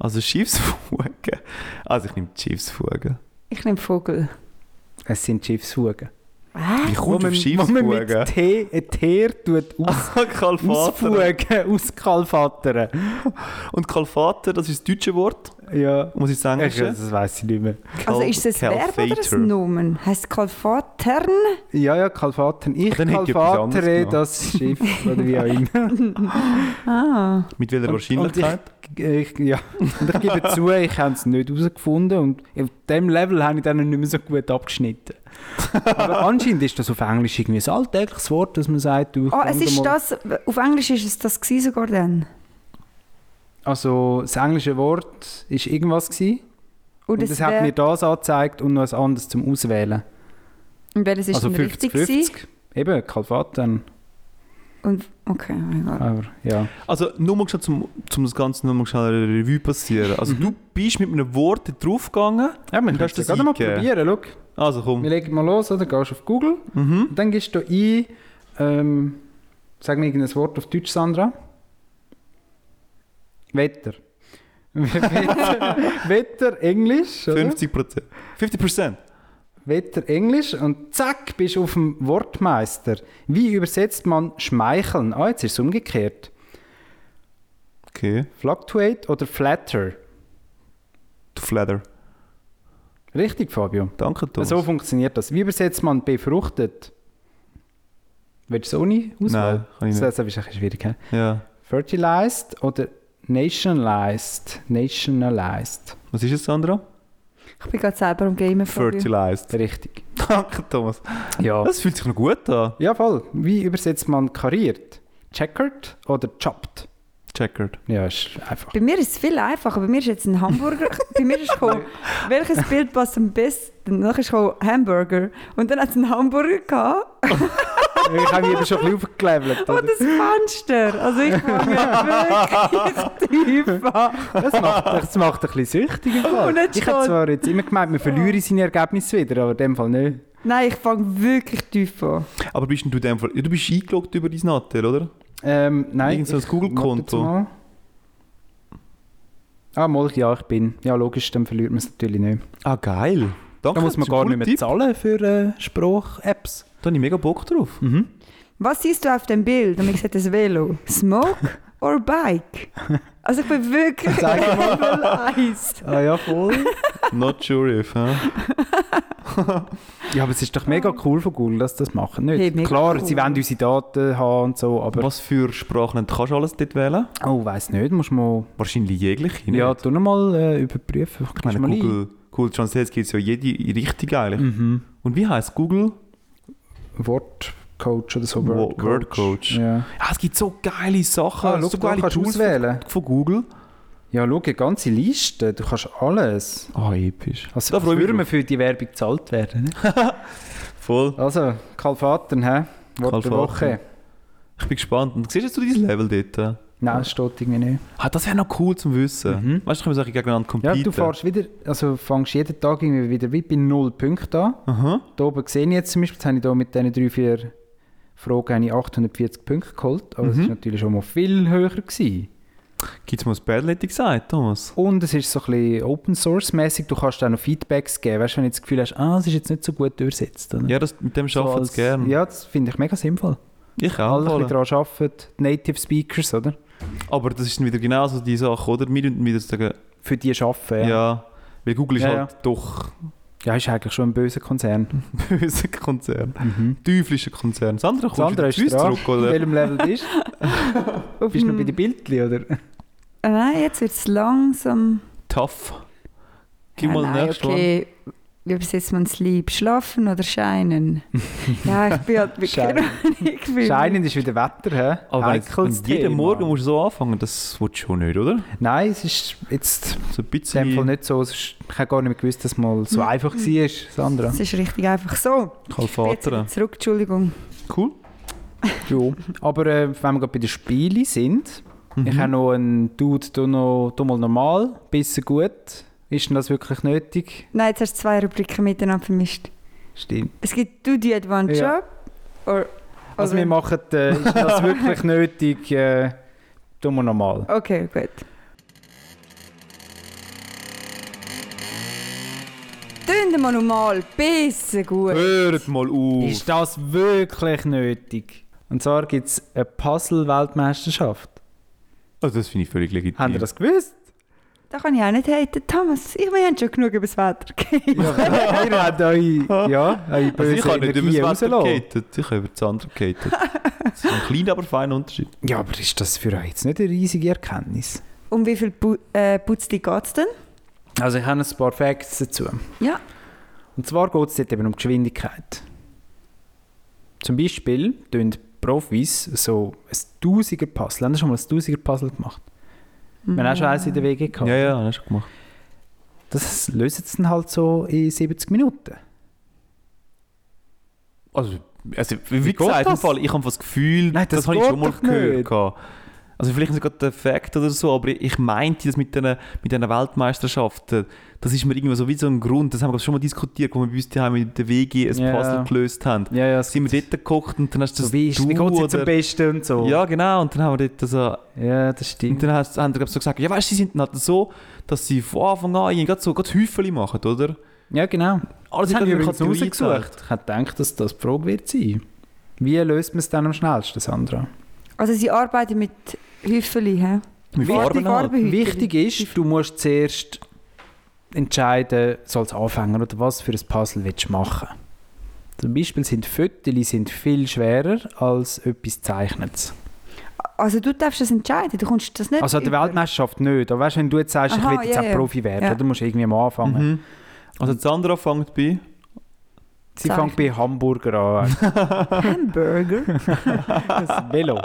S3: Also Schiffsfugen. Also ich nehme die Schiffsfugen.
S5: Ich nehme Vogel.
S4: Es sind Schiffsfugen.
S5: Was?
S3: Wie kommst du auf
S4: wo man mit
S3: Schiffsfugen?
S4: Tee, äh, Teer tut aus,
S3: Ah, Kalfater.
S4: ausfugen, auskalfatern.
S3: Und Kalfater, das ist das deutsche Wort,
S4: Ja.
S3: muss ich sagen.
S4: Ich, das weiß ich nicht mehr.
S5: Also ist es ein Verb oder ein Nomen? Heißt Kalfatern?
S4: Ja, ja, kalfatern. Ich
S3: Dann hätte ich etwas anderes
S4: kalfatere
S3: genommen.
S4: das Schiff oder wie auch immer.
S5: Ah.
S3: Mit welcher Wahrscheinlichkeit?
S4: Und ich, ich, ja. und ich gebe zu, ich habe es nicht herausgefunden und auf diesem Level habe ich dann nicht mehr so gut abgeschnitten. Aber anscheinend ist das auf Englisch irgendwie ein alltägliches Wort, dass man sagt, du, ich
S5: Ah, es
S4: gehe
S5: ist
S4: mal-
S5: das, auf Englisch ist es das gewesen sogar dann.
S4: Also das englische Wort ist irgendwas gewesen,
S5: Und,
S4: und
S5: es
S4: es hat
S5: Oh, wär-
S4: mir das angezeigt und noch ein anderes zum Auswählen.
S5: und welches ist
S4: also
S5: denn richtig gewesen?
S4: 50-50. Eben, Kalfatern.
S5: Okay, oh egal.
S4: Aber ja.
S3: Also nur mal schnell zum, zum das Ganze nur mal schnell eine Revue passieren. Also du bist mit einem Wort da draufgegangen.
S4: Ja, man
S3: Du hast
S4: kannst das
S3: das
S4: gerade mal
S3: eingegeben.
S4: probieren, schau.
S3: Also komm. Mhm.
S4: Wir legen mal los, oder? Gehst auf Google. Und dann gibst du ein, ähm, sag mir irgendein Wort auf Deutsch, Sandra. Wetter. Wetter, Wetter Englisch, oder?
S3: 50 Prozent. 50 Prozent.
S4: Wetter Englisch und zack, bist du auf dem Wortmeister. Wie übersetzt man schmeicheln? Ah, jetzt ist es umgekehrt.
S3: Okay.
S4: Fluctuate oder flatter?
S3: Du Flatter.
S4: Richtig, Fabio.
S3: Danke, Thomas.
S4: So funktioniert das. Wie übersetzt man befruchtet? Willst du es ohne Auswahl?
S3: Nein, kann ich nicht.
S4: Das ist ein bisschen schwierig, hä?
S3: Ja.
S4: Fertilized oder nationalized? Nationalized.
S3: Was ist es, Sandra?
S5: Ich bin gerade selber am Gamen. Fabio.
S3: Fertilized.
S4: Richtig.
S3: Danke, Thomas.
S4: Ja.
S3: Das fühlt sich noch gut an.
S4: Ja, voll. Wie übersetzt man kariert? Checkered oder chopped?
S3: Checkered.
S4: Ja, ist einfach.
S5: Bei mir ist es viel einfacher. Bei mir ist jetzt ein Hamburger. bei mir ist gekommen, welches Bild passt am besten? Nachher ist gekommen, Hamburger. Und dann hat es einen Hamburger gehabt
S4: Ich habe mich eben schon ein bisschen aufgelevelt.
S3: Oh,
S5: und
S4: Oder?
S5: das Fenster. Also ich fange wirklich tief an.
S4: Das macht, das macht ein bisschen süchtig.
S3: Oh,
S4: im Fall.
S5: Und jetzt
S4: Ich habe
S5: steht-
S4: zwar jetzt immer gemeint, man verliere seine Ergebnisse wieder, aber in dem Fall nicht.
S5: Nein, ich fange wirklich tief an.
S3: Aber bist denn du in dem Fall... Ja, du bist eingeloggt über dein Nattel, oder?
S4: Ähm, nein.
S3: Irgend so ein
S4: ich-
S3: Google-Konto.
S4: warte jetzt mal. Ah, mal, ja, ich bin. Ja, logisch, dann verliert man es natürlich nicht.
S3: Ah, geil. Danke,
S4: Da muss man
S3: das ist ein
S4: gar
S3: cooler
S4: nicht mehr
S3: Tipp.
S4: zahlen für äh, Spruch-Apps.
S3: Da habe ich mega Bock drauf.
S5: Was siehst du auf dem Bild? Und ich sage das Velo. Smoke or Bike? Also ich bin wirklich Level 1.
S4: Ah ja, voll.
S3: Not sure if, hä?
S4: ja, aber es ist doch mega cool von Google, dass sie das machen. Nicht?
S5: Hey, mega
S4: Klar, sie
S5: cool.
S4: wollen unsere Daten haben und so, aber...
S3: Was für Sprachen kannst du alles dort wählen?
S4: Oh, weiss nicht, musst mal...
S3: Wahrscheinlich jegliche. ne?
S4: Ja, tu nochmal äh, überprüfen.
S3: Ich meine,
S4: Kannst du mal
S3: Google, Google Translate gibt es ja jede richtig eigentlich. Und wie heißt Google?
S4: ein. Wortcoach oder so.
S3: Wo-
S4: Wordcoach.
S3: Wordcoach.
S4: Ja.
S3: Ah, es gibt so geile Sachen,
S4: Ah, schau,
S3: so
S4: da
S3: geile
S4: kannst du
S3: Tools
S4: auswählen.
S3: von, von Google.
S4: ja, schau, eine ganze Liste. Du kannst alles.
S3: Ah, episch.
S4: Also,
S3: Da
S4: da
S3: freu ich mich
S4: würde man für die Werbung gezahlt werden. Ne?
S3: Voll.
S4: Also, Kalfatern, hä? Wort der
S3: Kalfatern.
S4: Woche.
S3: Ich bin gespannt. Und siehst du jetzt dein Level dort?
S4: Nein, steht irgendwie nicht.
S3: Ah, das wäre noch cool zum Wissen.
S4: Mhm.
S3: Weißt du, können wir so ein bisschen gegeneinander
S4: Ja,
S3: competen.
S4: du fährst wieder, also fängst jeden Tag irgendwie wieder wie bei null Punkten an.
S3: Aha.
S4: Da oben sehe ich jetzt zum Beispiel, jetzt habe ich da mit diesen drei, vier Fragen habe ich 840 Punkte geholt, aber es
S3: Mhm.
S4: ist natürlich schon mal viel höher gewesen.
S3: Gibt es mal ein Battle, hätte ich gesagt, Thomas?
S4: Und es ist so ein bisschen open source mäßig du kannst auch noch Feedbacks geben, weißt du, wenn du das Gefühl hast, ah, es ist jetzt nicht so gut übersetzt. Oder?
S3: Ja, das, mit dem
S4: So
S3: schaffen wir
S4: als-
S3: es gerne.
S4: Ja, das finde ich mega sinnvoll.
S3: Ich auch.
S4: Alle ein bisschen
S3: voll.
S4: daran arbeiten, die Native Speakers, oder?
S3: Aber das ist dann wieder genauso die Sache, oder? Wir müssen wieder sagen,
S4: Für die
S3: ja.
S4: arbeiten. Ja.
S3: Weil Google ist
S4: Ja,
S3: halt doch
S4: ja, ist eigentlich schon ein böser Konzern.
S3: ein böser Konzern. Teuflischer Konzern. Sandra, Mhm. kommst
S4: Sandra
S3: du
S4: ist
S3: wieder zu
S4: dran.
S3: uns zurück, oder?
S4: Auf welchem Level bist du?
S5: Auf
S4: Bist du noch bei
S5: dem-
S4: den Bildchen, oder?
S5: Ah, Nein, jetzt wird es langsam.
S3: Tough. Gib mal
S5: Ah,
S3: den
S5: nein,
S3: nächsten
S5: okay. wie übersetzt man Sleep? Schlafen oder scheinen? ja, ich bin halt wirklich
S4: Scheinen.
S5: ich bin-
S4: Scheinend ist wieder Wetter, hä?
S3: Aber wenn-
S4: Heikles
S3: wenn jeden
S4: Thema.
S3: Morgen musst du so anfangen, das willst du schon nicht, oder?
S4: Nein, es ist jetzt
S3: So ein
S4: in dem Fall
S3: bisschen
S4: nicht so. Es ist- Ich habe gar nicht mehr gewusst, dass es mal so einfach war, Sandra.
S5: Es ist richtig einfach so. Ich bin jetzt wieder
S3: Kalfateren.
S5: zurück, Entschuldigung.
S3: Cool.
S4: Ja. Aber äh, wenn wir gerade bei den Spielen sind, ich habe
S3: Mhm.
S4: noch einen Dude, du noch du mal normal, bisschen gut. Ist denn das wirklich nötig?
S5: Nein, jetzt hast du zwei Rubriken miteinander vermischt.
S4: Stimmt.
S5: Es gibt «Do the Advanced
S4: Ja.
S5: Job» or,
S4: Also wir
S5: oder-
S4: machen, äh, ist das wirklich nötig, äh, tun wir normal.
S5: Okay, gut. Tun wir mal normal, besser gut.
S4: Äh.
S3: Hört mal auf.
S4: Ist das wirklich nötig? Und zwar gibt es eine Puzzle-Weltmeisterschaft.
S3: Also das finde ich völlig legitim.
S4: Habt ihr das gewusst?
S5: Da kann ich auch nicht haten. Thomas, ich, wir haben schon genug über das Wetter geredet.
S4: Ja, genau. ihr habt eure, ja, eure
S3: also
S4: böse
S3: ich habe nicht über
S4: Energie
S3: das Wetter
S4: rausgelassen.
S3: gehatet, ich habe über das andere gehatet. Das ist ein kleiner, aber feiner Unterschied.
S4: Ja, aber ist das für euch jetzt nicht eine riesige Erkenntnis?
S5: Um wie viel Pu äh, Putzli geht es denn?
S4: Also ich habe ein paar Facts dazu.
S5: Ja.
S4: Und zwar geht es dort eben um Geschwindigkeit. Zum Beispiel tun Profis so ein tausiger Puzzle. Haben Sie schon mal ein tausiger Puzzle gemacht? Wir haben auch schon eins in der WG gehabt.
S3: Ja, ja, hast du gemacht.
S4: Das lösen sie dann halt so in 70 Minuten.
S3: Also, also wie,
S4: Wie geht
S3: gesagt, im
S4: das?
S3: Fall, ich habe das Gefühl,
S4: Nein,
S3: das,
S4: das
S3: habe ich
S4: geht
S3: schon mal
S4: doch
S3: gehört.
S4: nicht.
S3: gehabt. Also vielleicht sogar der Fakt oder so, aber ich meinte das mit diesen mit diesen Weltmeisterschaften, das ist mir irgendwie so wie so ein Grund, das haben wir schon mal diskutiert, wo wir bei uns daheim in der WG ein
S4: Ja.
S3: Puzzle gelöst haben.
S4: Ja, ja.
S3: Sind wir dort gekocht und dann hast du das
S4: so, wie ist, wie
S3: Du
S4: geht es jetzt am
S3: oder-
S4: besten und so.
S3: Ja, genau, und dann haben wir dort so
S4: ja das
S3: Und
S4: stimmt.
S3: dann hast- haben sie glaub ich, so gesagt, ja weißt du, sie sind halt so, dass sie von Anfang an irgendwie grad so grad Häufchen machen, oder?
S4: Ja, genau.
S3: Alles
S4: habe
S3: grad
S4: ich
S3: irgendwie
S4: übrigens
S3: kategorisiert.
S4: rausgesucht. Ich habe gedacht, dass das die Frage wird sein. Wie löst man es dann am schnellsten, Sandra?
S5: Also sie arbeiten mit Häufchen, hä?
S3: Mit
S5: Wichtig,
S3: Farben halt.
S5: Farbenhäufchen.
S4: Wichtig ist, du musst zuerst entscheiden, soll es Anfänger oder was für ein Puzzle willst du machen. Zum Beispiel sind Fötterchen sind viel schwerer als etwas Zeichnetes.
S5: Also du darfst das entscheiden, du kommst das nicht
S4: Also an der
S5: über.
S4: Weltmeisterschaft nicht. Aber weißt, du, wenn du jetzt sagst,
S5: Aha,
S4: ich will jetzt
S5: ja,
S4: auch
S5: ja.
S4: Profi werden,
S5: Ja.
S4: dann musst du irgendwie mal anfangen.
S3: Mhm. Also Sandra fängt bei.
S4: Sie
S5: Zeichnen.
S4: fängt bei Hamburger an.
S5: Hamburger.
S4: das Velo.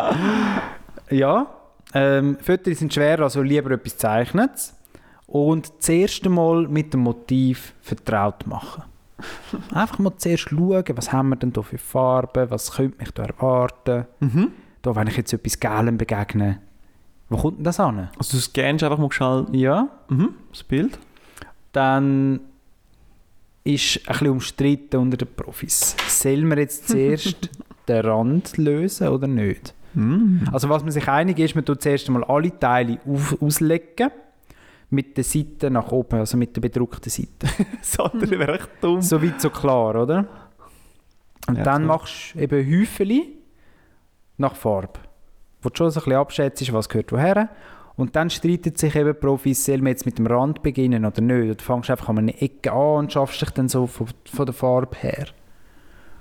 S4: Ja, ähm, Fötterchen sind schwerer, also lieber etwas Zeichnetes. Und das erste Mal mit dem Motiv vertraut machen. Einfach mal zuerst schauen, was haben wir denn da für Farben, was könnte mich da erwarten.
S3: Mhm.
S4: Da, wenn ich jetzt etwas Gelbem begegne, wo kommt denn das an?
S3: Also du scannst einfach mal schnell
S4: Ja,
S3: mhm. das Bild.
S4: dann ist ein bisschen umstritten unter den Profis. Soll man jetzt zuerst den Rand lösen oder nicht?
S3: Mhm.
S4: Also was man sich einig ist, man tut zuerst einmal alle Teile auf, auslegen mit der Seite nach oben, also mit der bedruckten Seite.
S3: Das andere wäre echt dumm.
S4: so weit, so klar, oder? Und
S3: Ja,
S4: dann
S3: klar.
S4: machst du eben Häufchen nach Farbe, wo du schon so ein bisschen abschätzt, was gehört woher. Und dann streiten sich eben Profis, soll man jetzt mit dem Rand beginnen oder nicht. Und Du fängst einfach an einer Ecke an und schaffst dich dann so von, von der Farbe her.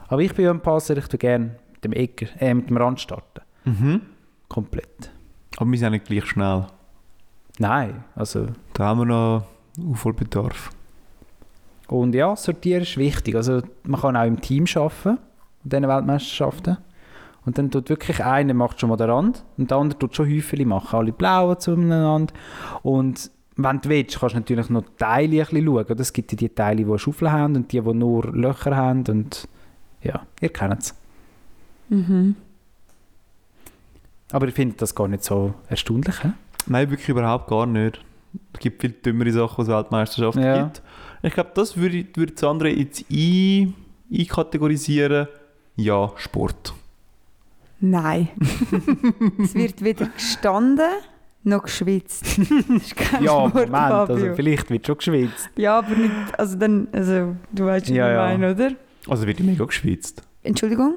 S4: Aber ich bin ja ein Passer, ich tue gerne mit dem, Ecke, äh, mit dem Rand starten.
S3: Mhm.
S4: Komplett.
S3: Aber wir sind auch nicht gleich schnell.
S4: Nein, also
S3: Da haben wir noch Aufholbedarf.
S4: Und ja, sortieren ist wichtig. Also man kann auch im Team arbeiten, an diesen Weltmeisterschaften. Und dann tut wirklich einer macht schon mal den Rand und der andere tut schon Häufchen machen, alle blauen zueinander. Und wenn du willst, kannst du natürlich noch die Teile ein bisschen schauen. oder? Es gibt ja die Teile, die eine Schaufel haben und die, die nur Löcher haben und ja, ihr kennt es.
S5: mhm.
S4: Aber ich finde das gar nicht so erstaunlich. He?
S3: Nein, wirklich überhaupt gar nicht. Es gibt viel dümmere Sachen, was Weltmeisterschaften
S4: Ja.
S3: gibt. Ich glaube, das würde, würde das andere jetzt ein, einkategorisieren. Ja, Sport.
S5: Nein. es wird weder gestanden noch geschwitzt. Das ist kein
S4: Ja,
S5: Sport,
S4: Moment, also
S5: Fabio.
S4: vielleicht wird schon geschwitzt.
S5: Ja, aber nicht, also dann, also du weißt, was
S4: Ja,
S5: ich
S4: ja.
S5: meine, oder?
S3: Also wird mega geschwitzt.
S5: Entschuldigung?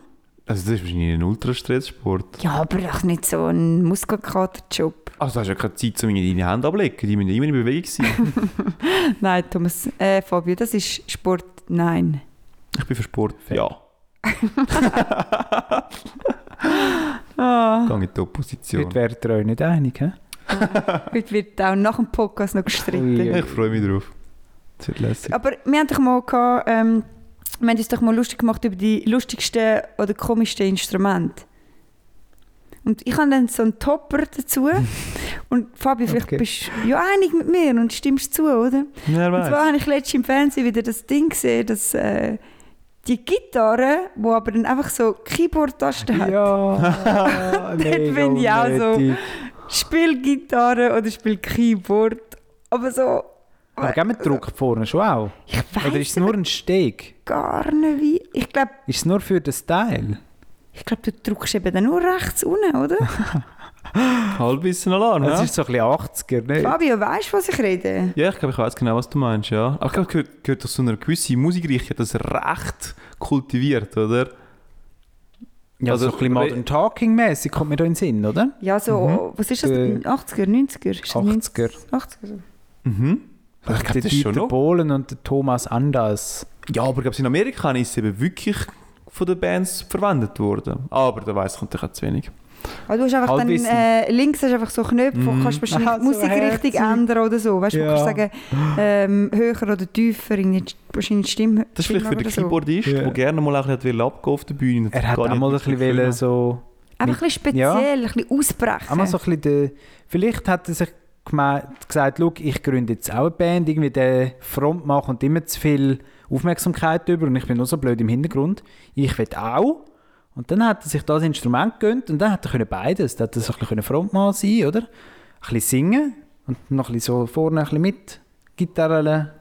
S3: Also das ist wahrscheinlich ein Ultrastresssport.
S5: Ja, aber doch nicht so ein Muskelkater-Job.
S3: Also du hast ja keine Zeit, um deine Hände ablegen. Die müssen immer in Bewegung sein.
S5: Nein, Thomas, äh, Fabio, das ist Sport, nein.
S3: ich bin für Sport. Ja.
S5: Ah,
S4: Ah.
S3: Gang in die Opposition.
S4: Heute wärt ihr euch nicht einig. He?
S5: heute wird auch nach dem Podcast noch gestritten.
S4: Ui,
S3: Ich freue mich drauf. Das wird lässig.
S5: Aber wir haben doch mal gehabt, ähm, wir haben uns doch mal lustig gemacht über die lustigsten oder komischsten Instrumente. Und ich habe dann so einen Topper dazu. Und Fabi, vielleicht
S4: Okay.
S5: bist du ja einig mit mir und stimmst zu, oder?
S3: Wer
S5: Und
S3: weiß.
S5: zwar habe ich letztens im Fernsehen wieder das Ding gesehen, dass äh, die Gitarre, die aber dann einfach so Keyboard-Tasten hat,
S4: Ja,
S5: Dort bin ich auch so.
S4: unnötig.
S5: spiel Gitarre oder spiel Keyboard. Aber so,
S4: Aber geben wir Druck vorne schon auch.
S5: ich
S4: Oder ist es
S5: weiß
S4: nur ein Steg?
S5: gar nicht wie. Ich glaube,
S4: Ist es nur für das Teil?
S5: ich glaub, du drückst eben dann nur rechts unten, oder?
S3: Halbwissen Alarm,
S4: Das
S3: ja?
S4: ist so ein bisschen 80er, ne?
S5: Fabio, weißt du, was ich rede?
S3: Ja, ich glaube, ich weiß genau, was du meinst, ja. Aber ich glaube, gehört, gehört doch so einer gewissen Musikrichtung das recht kultiviert, oder?
S4: Ja, also
S3: Also,
S4: so ein bisschen
S3: aber-
S4: Modern Talking mäßig kommt mir da in den Sinn, oder?
S5: Ja, so, was ist das?
S4: Äh,
S5: 80er, 90er? Ist das
S4: 80er.
S5: 80er?
S3: Mhm. Ich glaube,
S4: Also der
S3: das ist schon
S4: Dieter
S3: noch.
S4: Bohlen und der Thomas Anders.
S3: Ja, aber ich glaube, in Amerika ist es eben wirklich von den Bands verwendet worden. Aber da weiss ich natürlich auch zu wenig.
S5: Also, du hast einfach dann,
S4: Halbwissen.
S5: äh, links hast du einfach so Knöpfe, wo
S3: Mhm.
S5: kannst wahrscheinlich
S4: Aha,
S5: die
S4: so
S5: Musikrichtung
S4: herzig.
S5: ändern oder so. Weißt du,
S4: Ja.
S5: du kannst sagen, ähm, höher oder tiefer, irgendwie wahrscheinlich Stimme.
S3: Das ist vielleicht für
S5: Stimme
S3: den
S5: oder so.
S3: Keyboardist, der
S4: Ja.
S3: gerne mal auch ein bisschen abgehen auf der Bühne.
S4: Er hat
S3: Gar
S4: auch
S3: nicht
S4: mal ein
S3: mit
S4: bisschen
S3: Gefühl
S4: wollen,
S3: haben.
S4: so,
S5: Einfach ein bisschen speziell,
S4: Ja.
S5: ein bisschen ausbrechen.
S4: auch mal so ein bisschen der, vielleicht hat er sich geme- gesagt, schau, ich gründe jetzt auch eine Band, irgendwie der Front macht immer zu viel Aufmerksamkeit über und ich bin nur so blöd im Hintergrund. Ich will auch. Und dann hat er sich das Instrument gegönnt und dann hat er können beides. Dann hat er so ein bisschen Frontmann sein, oder? Ein bisschen singen und noch ein bisschen so vorne ein bisschen mit Gitarre.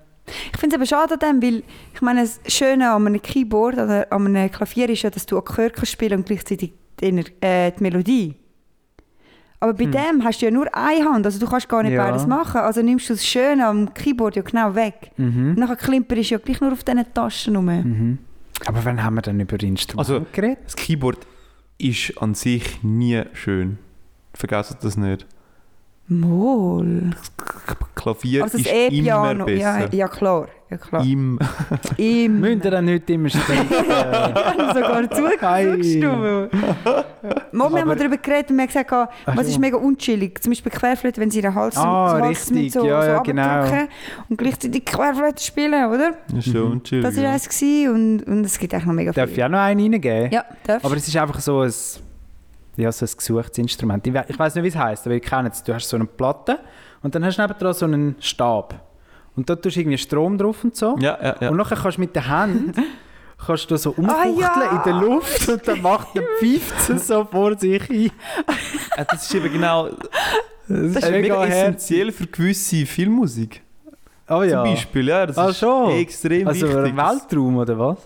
S5: Ich finde es aber schade dann, weil ich meine, das Schöne an einem Keyboard oder an einem Klavier ist ja, dass du auch Chör kannst spielen und gleichzeitig die, Ener äh, die Melodie.
S3: Hm.
S5: Aber bei dem hast du ja nur eine Hand, also du kannst gar nicht
S4: Ja.
S5: beides machen. Also nimmst du das Schöne am Keyboard ja genau weg.
S3: Hm.
S4: Mhm.
S5: Und nachher klimpert ist ja gleich nur auf diesen Taschen rum.
S4: Aber wann haben wir dann über Instrumente
S3: Also-
S4: geredet?
S3: Das Keyboard ist an sich nie schön. Vergesst das nicht.
S5: Mol.
S3: Klavier
S5: Also das
S3: ist immer
S5: E-Piano.
S3: besser.
S5: Ja, ja, klar. Ja, klar.
S4: Mhm.
S3: Im,
S5: Im.
S4: Müsst ihr dann heute immer sprechen?
S5: Ich habe sogar
S4: Ei.
S5: zugestimmt. Mal, wir haben
S4: Aber-
S5: mal darüber geredet und wir haben gesagt, ah,
S4: Ach
S5: was ist
S4: so.
S5: mega unchillig. Zum Beispiel Querflöte, wenn sie ihren Hals
S4: Ah,
S5: so
S4: richtig. Ja, ja, genau.
S5: runterdrücken und gleichzeitig Querflöte spielen, oder?
S3: ist schon chill,
S5: Das war
S3: ja.
S5: eins gewesen und, und es gibt eigentlich noch mega
S4: Darf ich
S5: viel.
S4: auch noch einen reingeben?
S5: Ja, darfst.
S4: Aber es ist einfach so ein, ja, so ein gesuchtes Instrument. Ich, we ich weiß nicht, wie es heißt, aber ihr kennt es. Du hast so eine Platte und dann hast du nebenan so einen Stab. Und da tust du irgendwie Strom drauf und so.
S3: Ja, ja, Ah, ja.
S4: Und nachher kannst du mit der Hand kannst du so umfuchteln
S5: ja.
S4: in der Luft und dann macht der Pfeift so vor sich ein.
S3: Äh, Das ist eben genau das ist mega essentiell für gewisse Filmmusik.
S4: Oh ja.
S3: Zum Beispiel, ja, das
S4: Ah,
S3: ist
S4: schon.
S3: extrem
S4: Also
S3: wichtig.
S4: im Weltraum oder was?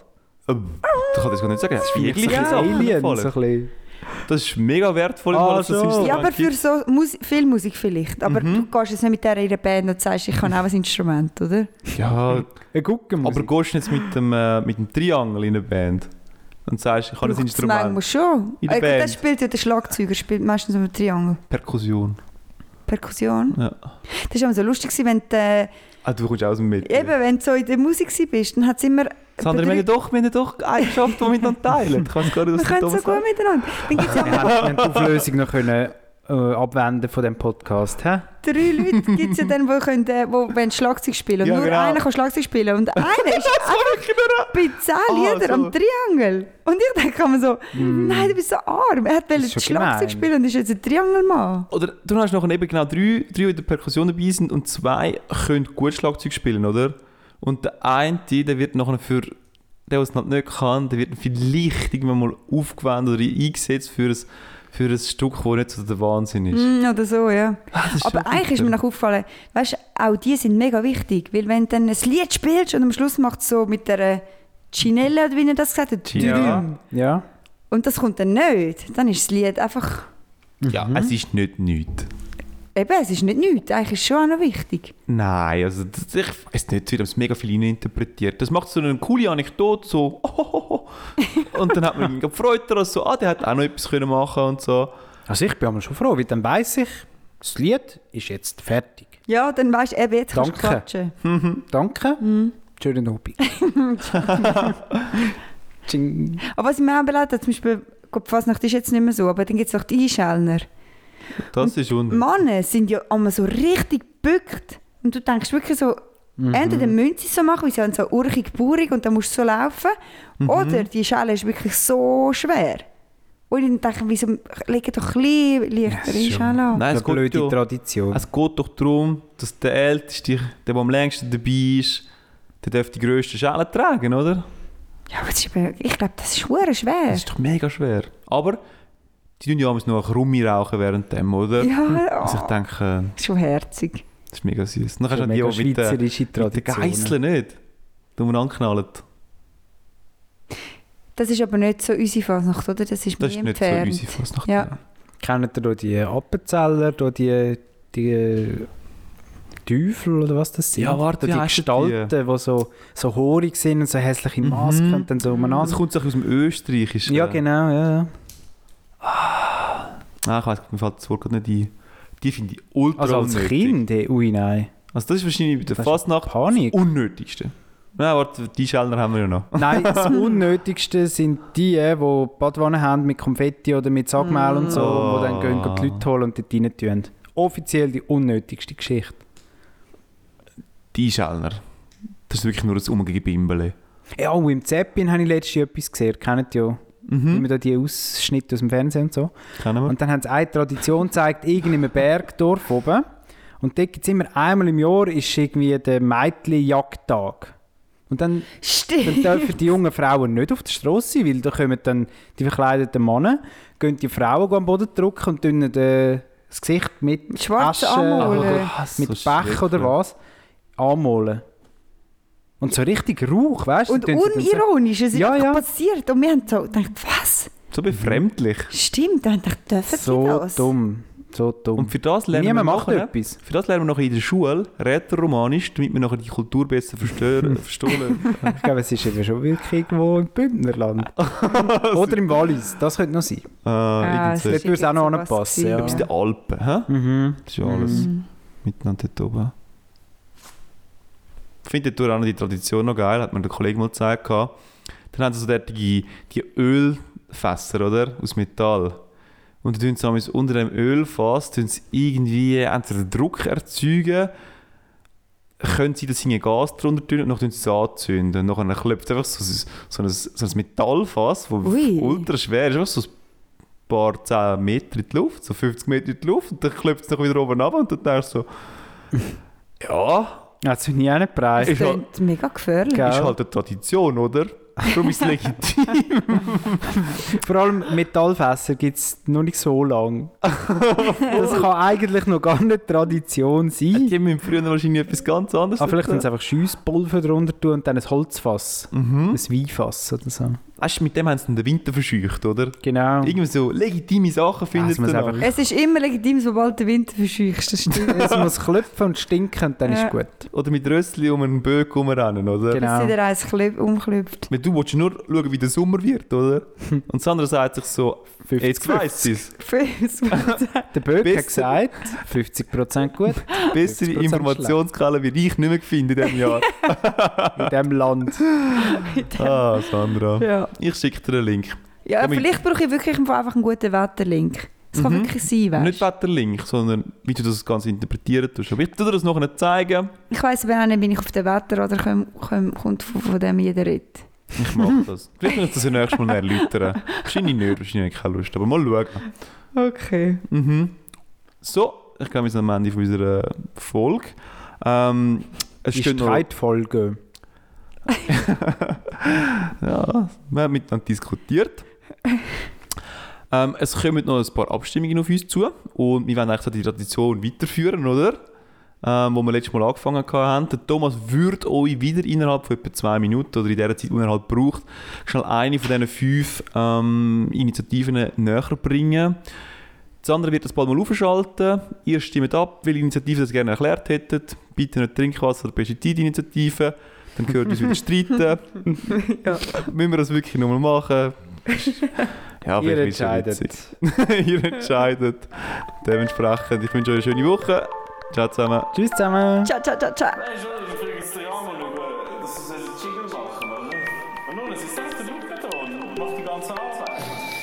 S3: Das- Ähm, Du kannst das gar nicht sagen. Das ist
S4: so
S3: wirklich
S4: ein
S3: Sachen
S4: Alien, so ein
S3: gefallen.
S4: bisschen.
S3: Das ist mega wertvoll,
S4: Ah,
S3: mal, dass das
S4: schon.
S3: Instrument
S5: ja, aber für
S3: gibt.
S5: so Mus Filmmusik vielleicht. Aber
S4: Mhm.
S5: du gehst jetzt nicht mit der in der Band und sagst, ich kann auch ein Instrument, oder?
S3: Ja,
S4: Eine Guckenmusik.
S3: aber gehst du jetzt mit dem, äh, mit dem Triangle in eine Band und sagst, ich kann ein
S5: Braucht's
S3: Instrument.
S5: manchmal schon.
S3: In der
S5: Äh, gut,
S3: Band.
S5: Das spielt ja der Schlagzeuger, spielt meistens mit Triangel.
S3: Perkussion.
S5: Perkussion.
S3: Ja.
S5: Das war immer so lustig, gewesen, wenn du, äh,
S3: Ah, du kommst aus dem Mittel.
S5: eben, wenn du so in der Musik gewesen bist, dann hat es immer...
S3: Das andere, wir haben ja doch, wir haben ja doch Eigenschaften, die wir miteinander teilen. Ich weiß gar nicht,
S5: wir
S3: was der
S5: können so
S3: Thomas
S5: gut
S3: sagt.
S5: miteinander. Dann gibt es ja
S4: Wir haben die Auflösung noch können, äh, abwenden von dem Podcast. Hä?
S5: drei Leute, gibt's ja dann, die, können, äh, die wollen Schlagzeug spielen. Und
S3: Ja,
S5: nur
S3: genau.
S5: einer kann Schlagzeug spielen. Und einer ist einfach bei zehn
S3: Ah,
S5: Liedern
S3: so. Mm.
S5: am Triangel. Und ich denke mir so, nein, du bist so arm. Er hat wollte
S4: ist schon gemein.
S5: Schlagzeug spielen und ist jetzt ein Triangelmann.
S3: Oder du hast noch eben genau drei, drei, die in der Perkussion dabei sind und zwei können gut Schlagzeug spielen, oder? Und der eine, der wird nachher für der, der es noch nicht kann, der wird vielleicht irgendwann mal aufgewendet oder eingesetzt für ein, für ein Stück, das nicht so der Wahnsinn ist.
S5: Mm, oder so, ja.
S3: Das Mhm. ist
S5: Aber
S3: schon
S5: eigentlich ist mir
S3: bitter.
S5: noch aufgefallen, weißt, auch die sind mega wichtig, weil wenn du dann ein Lied spielst und am Schluss macht es so mit der Chinelle, oder wie er das gesagt hat,
S3: Ja.
S4: ja.
S5: und das kommt dann nicht, dann ist das Lied einfach,
S3: Ja, es ist nicht nichts.
S5: eben, es ist nicht nichts, eigentlich ist es schon auch noch wichtig.
S3: Nein, also das, ich weiß nicht, wir haben es mega viel interpretiert. Das macht so eine coole Anekdote, so oh, oh, oh. Und dann hat man irgendwie gefreut daran, so, ah, der hat auch noch etwas können machen und so.
S4: Also ich bin aber schon froh, weil dann weiss ich, das Lied ist jetzt fertig.
S5: Ja, dann weißt du, eben, jetzt kannst du
S4: Danke.
S5: klatschen.
S4: Danke. Schönen Abend. Tsching.
S5: Aber was ich mir auch überlegt habe, zum Beispiel, gut, Fasnacht ist jetzt nicht mehr so, aber dann gibt es noch die Einschellner.
S3: Das ist wunderbar.
S5: Männer sind ja immer so richtig gebückt und du denkst wirklich so, Entweder müssen sie es so machen, weil sie haben so urchig burig und dann musst du so laufen. Oder die Schale ist wirklich so schwer. Und ich denke, wieso legen doch ein bisschen leichtere
S4: Ja, schon.
S5: Schale an?
S3: Nein,
S4: Eine
S3: es geht,
S4: blöde
S3: ja, Also,
S4: Tradition.
S3: es geht doch darum, dass der Älteste, der, der am längsten dabei ist, der darf die grössten Schalen tragen, oder?
S5: Ja, aber das ist, eben- ich glaube, das ist hure schwer.
S3: Das ist doch mega schwer. Aber die tun ja manchmal noch Rummi rauchen während dem, oder?
S5: Ja,
S3: Also ich
S5: oh,
S3: denke,
S5: schon herzig.
S3: das ist mega süß. Dann kannst du auch
S4: So
S3: die
S4: mega
S3: auch mit der,
S4: schweizerische
S3: mit der Geissel
S4: Tradition.
S3: nicht. Du musst anknallen.
S5: Das ist aber nicht so unsere Fasnacht, oder? Das ist
S3: Das
S5: mir
S3: ist nicht
S5: entfernt.
S3: so unsere Fasnacht.
S5: Ja.
S4: Kennt ihr da die Appenzeller, da die, die Teufel oder was das sind?
S3: Ja, warte,
S4: Da
S3: wie
S4: die
S3: heissen
S4: Gestalten, die, so, so horig sind und so hässliche Masken
S3: Mhm.
S4: und dann so
S3: Das
S4: umeinander.
S3: kommt sich aus dem Österreichischen.
S4: Ja, genau, ja. ja.
S3: Ah, ich weiß, mir fällt das Wort gerade nicht ein. Die finde ich ultra
S4: Also als
S3: unnötig.
S4: Kind, ey, ui, nein.
S3: Also das ist wahrscheinlich bei der
S4: Das ist
S3: Fasnacht
S4: Panik.
S3: das Unnötigste. Nein, warte, die Schellner haben wir ja noch.
S4: Nein, das Unnötigste sind die, die Badwanne haben mit Konfetti oder mit Sackmehl und so,
S3: Mm.
S4: wo dann gehen, gehen die Leute holen und dort rein tun. Offiziell die unnötigste Geschichte.
S3: Die Schellner. Das ist wirklich nur ein Umgebimbele.
S4: Ja, und im Zeppin habe ich letztens etwas gesehen, kennt ihr ja. Immer
S3: Mhm.
S4: da die Ausschnitte aus dem Fernsehen und so.
S3: Kennen wir.
S4: Und dann haben sie eine Tradition gezeigt, irgendeinem Bergdorf oben. Und dort gibt es immer einmal im Jahr ist irgendwie der Mädchenjagdtag. Und dann, dann
S5: Stimmt.
S4: dürfen die jungen Frauen nicht auf die Straße, weil da kommen dann die verkleideten Männer, gehen die Frauen am Boden drücken und tun ihnen, äh, das Gesicht mit
S5: Schwarze
S4: Asche
S5: Amole.
S4: oder
S3: Ah, so
S4: mit Pech oder
S3: schrecklich.
S4: was anmalen. Und so richtig Rauch, weißt du?
S5: Und
S4: dann tun sie dann so-
S5: unironisch, es ist
S4: Ja,
S5: einfach
S4: ja.
S5: passiert. Und wir haben so gedacht, was?
S3: So befremdlich.
S5: Stimmt, dann haben wir gedacht, dürfen die
S4: So
S5: das?
S4: dumm, so dumm.
S3: Und für das lernen wir
S4: Niemand macht
S3: nachher-
S4: etwas.
S3: Für das lernen wir nachher in der Schule Rätoromanisch, damit wir nachher die Kultur besser verstehen. verstehen.
S4: Ich glaube, es ist eben schon wirklich irgendwo im Bündnerland. Oder im Wallis, das könnte noch sein.
S3: äh, ah,
S5: es
S3: so.
S5: ist
S4: Dort würde es auch noch
S5: irgend sowas
S4: anpassen, ja.
S5: gewesen,
S3: Aus den Alpen, hä?
S4: Mhm.
S3: Das ist ja alles miteinander dort oben. Ich finde dort auch noch die Tradition noch geil, hat mir der Kollege mal gezeigt. gehabt. Dann haben sie so derartige, die Ölfässer, oder? Aus Metall. Und dann tun sie manchmal unter dem Ölfass tun sie irgendwie entweder Druck erzeugen, können sie das in Gas drunter tun und dann tun sie es anzünden. Und dann klopft es einfach so, so, ein, so ein Metallfass, das
S5: Ui.
S3: ultra schwer ist, einfach so ein paar 10 Meter in die Luft, so 50 Meter in die Luft und dann klopft es noch wieder oben ab und dann denkst du so, ja,
S4: Ja, Das finde ich auch nicht
S5: Das
S4: preis.
S3: Ist halt-
S5: klingt mega gefährlich.
S4: Gell?
S3: ist halt eine Tradition, oder? Darum ist es legitim.
S4: Vor allem Metallfässer gibt es noch nicht so lange. das kann eigentlich noch gar nicht Tradition sein.
S3: Die müssen früher wahrscheinlich etwas ganz anderes
S4: Aber vielleicht
S3: machen.
S4: können sie einfach Schiusspulver drunter tun und dann ein Holzfass, ein
S3: Mhm.
S4: Weinfass oder so.
S3: Weißt du, mit dem haben sie dann den Winter verscheucht, oder?
S4: Genau.
S3: Irgendwie so legitime Sachen findet
S4: muss
S3: ihr
S4: einfach-
S3: noch.
S5: Es ist immer legitim, sobald der Winter dus verscheucht. Das stimmt.
S4: Es muss klopfen und stinken und dann
S5: Ja.
S4: ist gut.
S3: Oder mit Rössli um einen Böck rumrennen, oder?
S4: Genau.
S5: Dass sie dir eins klö- umklüpft.
S3: Weil du willst nur schauen, wie der Sommer wird, oder? Und Sandra sagt sich so, «Ey, jetzt weiss sie es.
S4: Der Böck hat
S3: Besser-
S4: gesagt, 50% gut
S3: Bessere
S4: 50%
S3: Informationsquellen wie ich nicht mehr gefunden in diesem Jahr.
S4: in diesem Land.
S3: ah, Sandra.
S5: Ja,
S3: Ich schicke dir einen Link.
S5: ja
S3: Komm, ich-
S5: vielleicht brauche ich wirklich einfach einen guten Wetterlink. Das kann
S3: Mhm.
S5: wirklich sein, weißt
S3: Nicht Wetterlink, sondern wie du das Ganze interpretieren tust. Aber ich tu dir das nachher zeigen.
S5: Ich weiss aber auch nicht, bin ich auf dem Wetter oder komm, komm, kommt von, von dem jeder Ritt.
S3: Ich mache das. Vielleicht muss ich das ja nächstes Mal erläutern. Wahrscheinlich nicht, wahrscheinlich habe ich keine Lust. Aber mal schauen.
S5: Okay.
S3: Mhm. So, ich glaube, wir sind am Ende von unserer Folge. Ähm, es
S4: Die
S3: steht noch...
S4: Streitfolge.
S3: ja, wir haben miteinander diskutiert. ähm, es kommen noch ein paar Abstimmungen auf uns zu und wir wollen eigentlich so die Tradition weiterführen, oder? Ähm, wo wir letztes Mal angefangen haben. Der Thomas würde euch wieder innerhalb von etwa zwei Minuten oder in der Zeit, die er halt braucht, schnell eine von diesen fünf ähm, Initiativen näher bringen. Das andere wird das bald mal aufschalten. Ihr stimmt ab, welche Initiative das gerne erklärt hättet. Bitte nicht Trinkwasser- oder Pestizidinitiative. Dann gehört uns wieder streiten. Müssen wir das wirklich nochmal machen? Ja,
S4: Ihr
S3: vielleicht ist es ja witzig.
S4: entscheidet.
S3: Ihr entscheidet. Dementsprechend, ich wünsche euch eine schöne Woche. Ciao zusammen.
S4: Tschüss zusammen.
S5: Ciao, ciao, ciao, ciao.
S1: Nein, schon, ich kriege es ja mal schauen. Das ist ein Jingle machen, oder? Und nun, es ist echt der Luftbeton und macht die ganze Arbeit.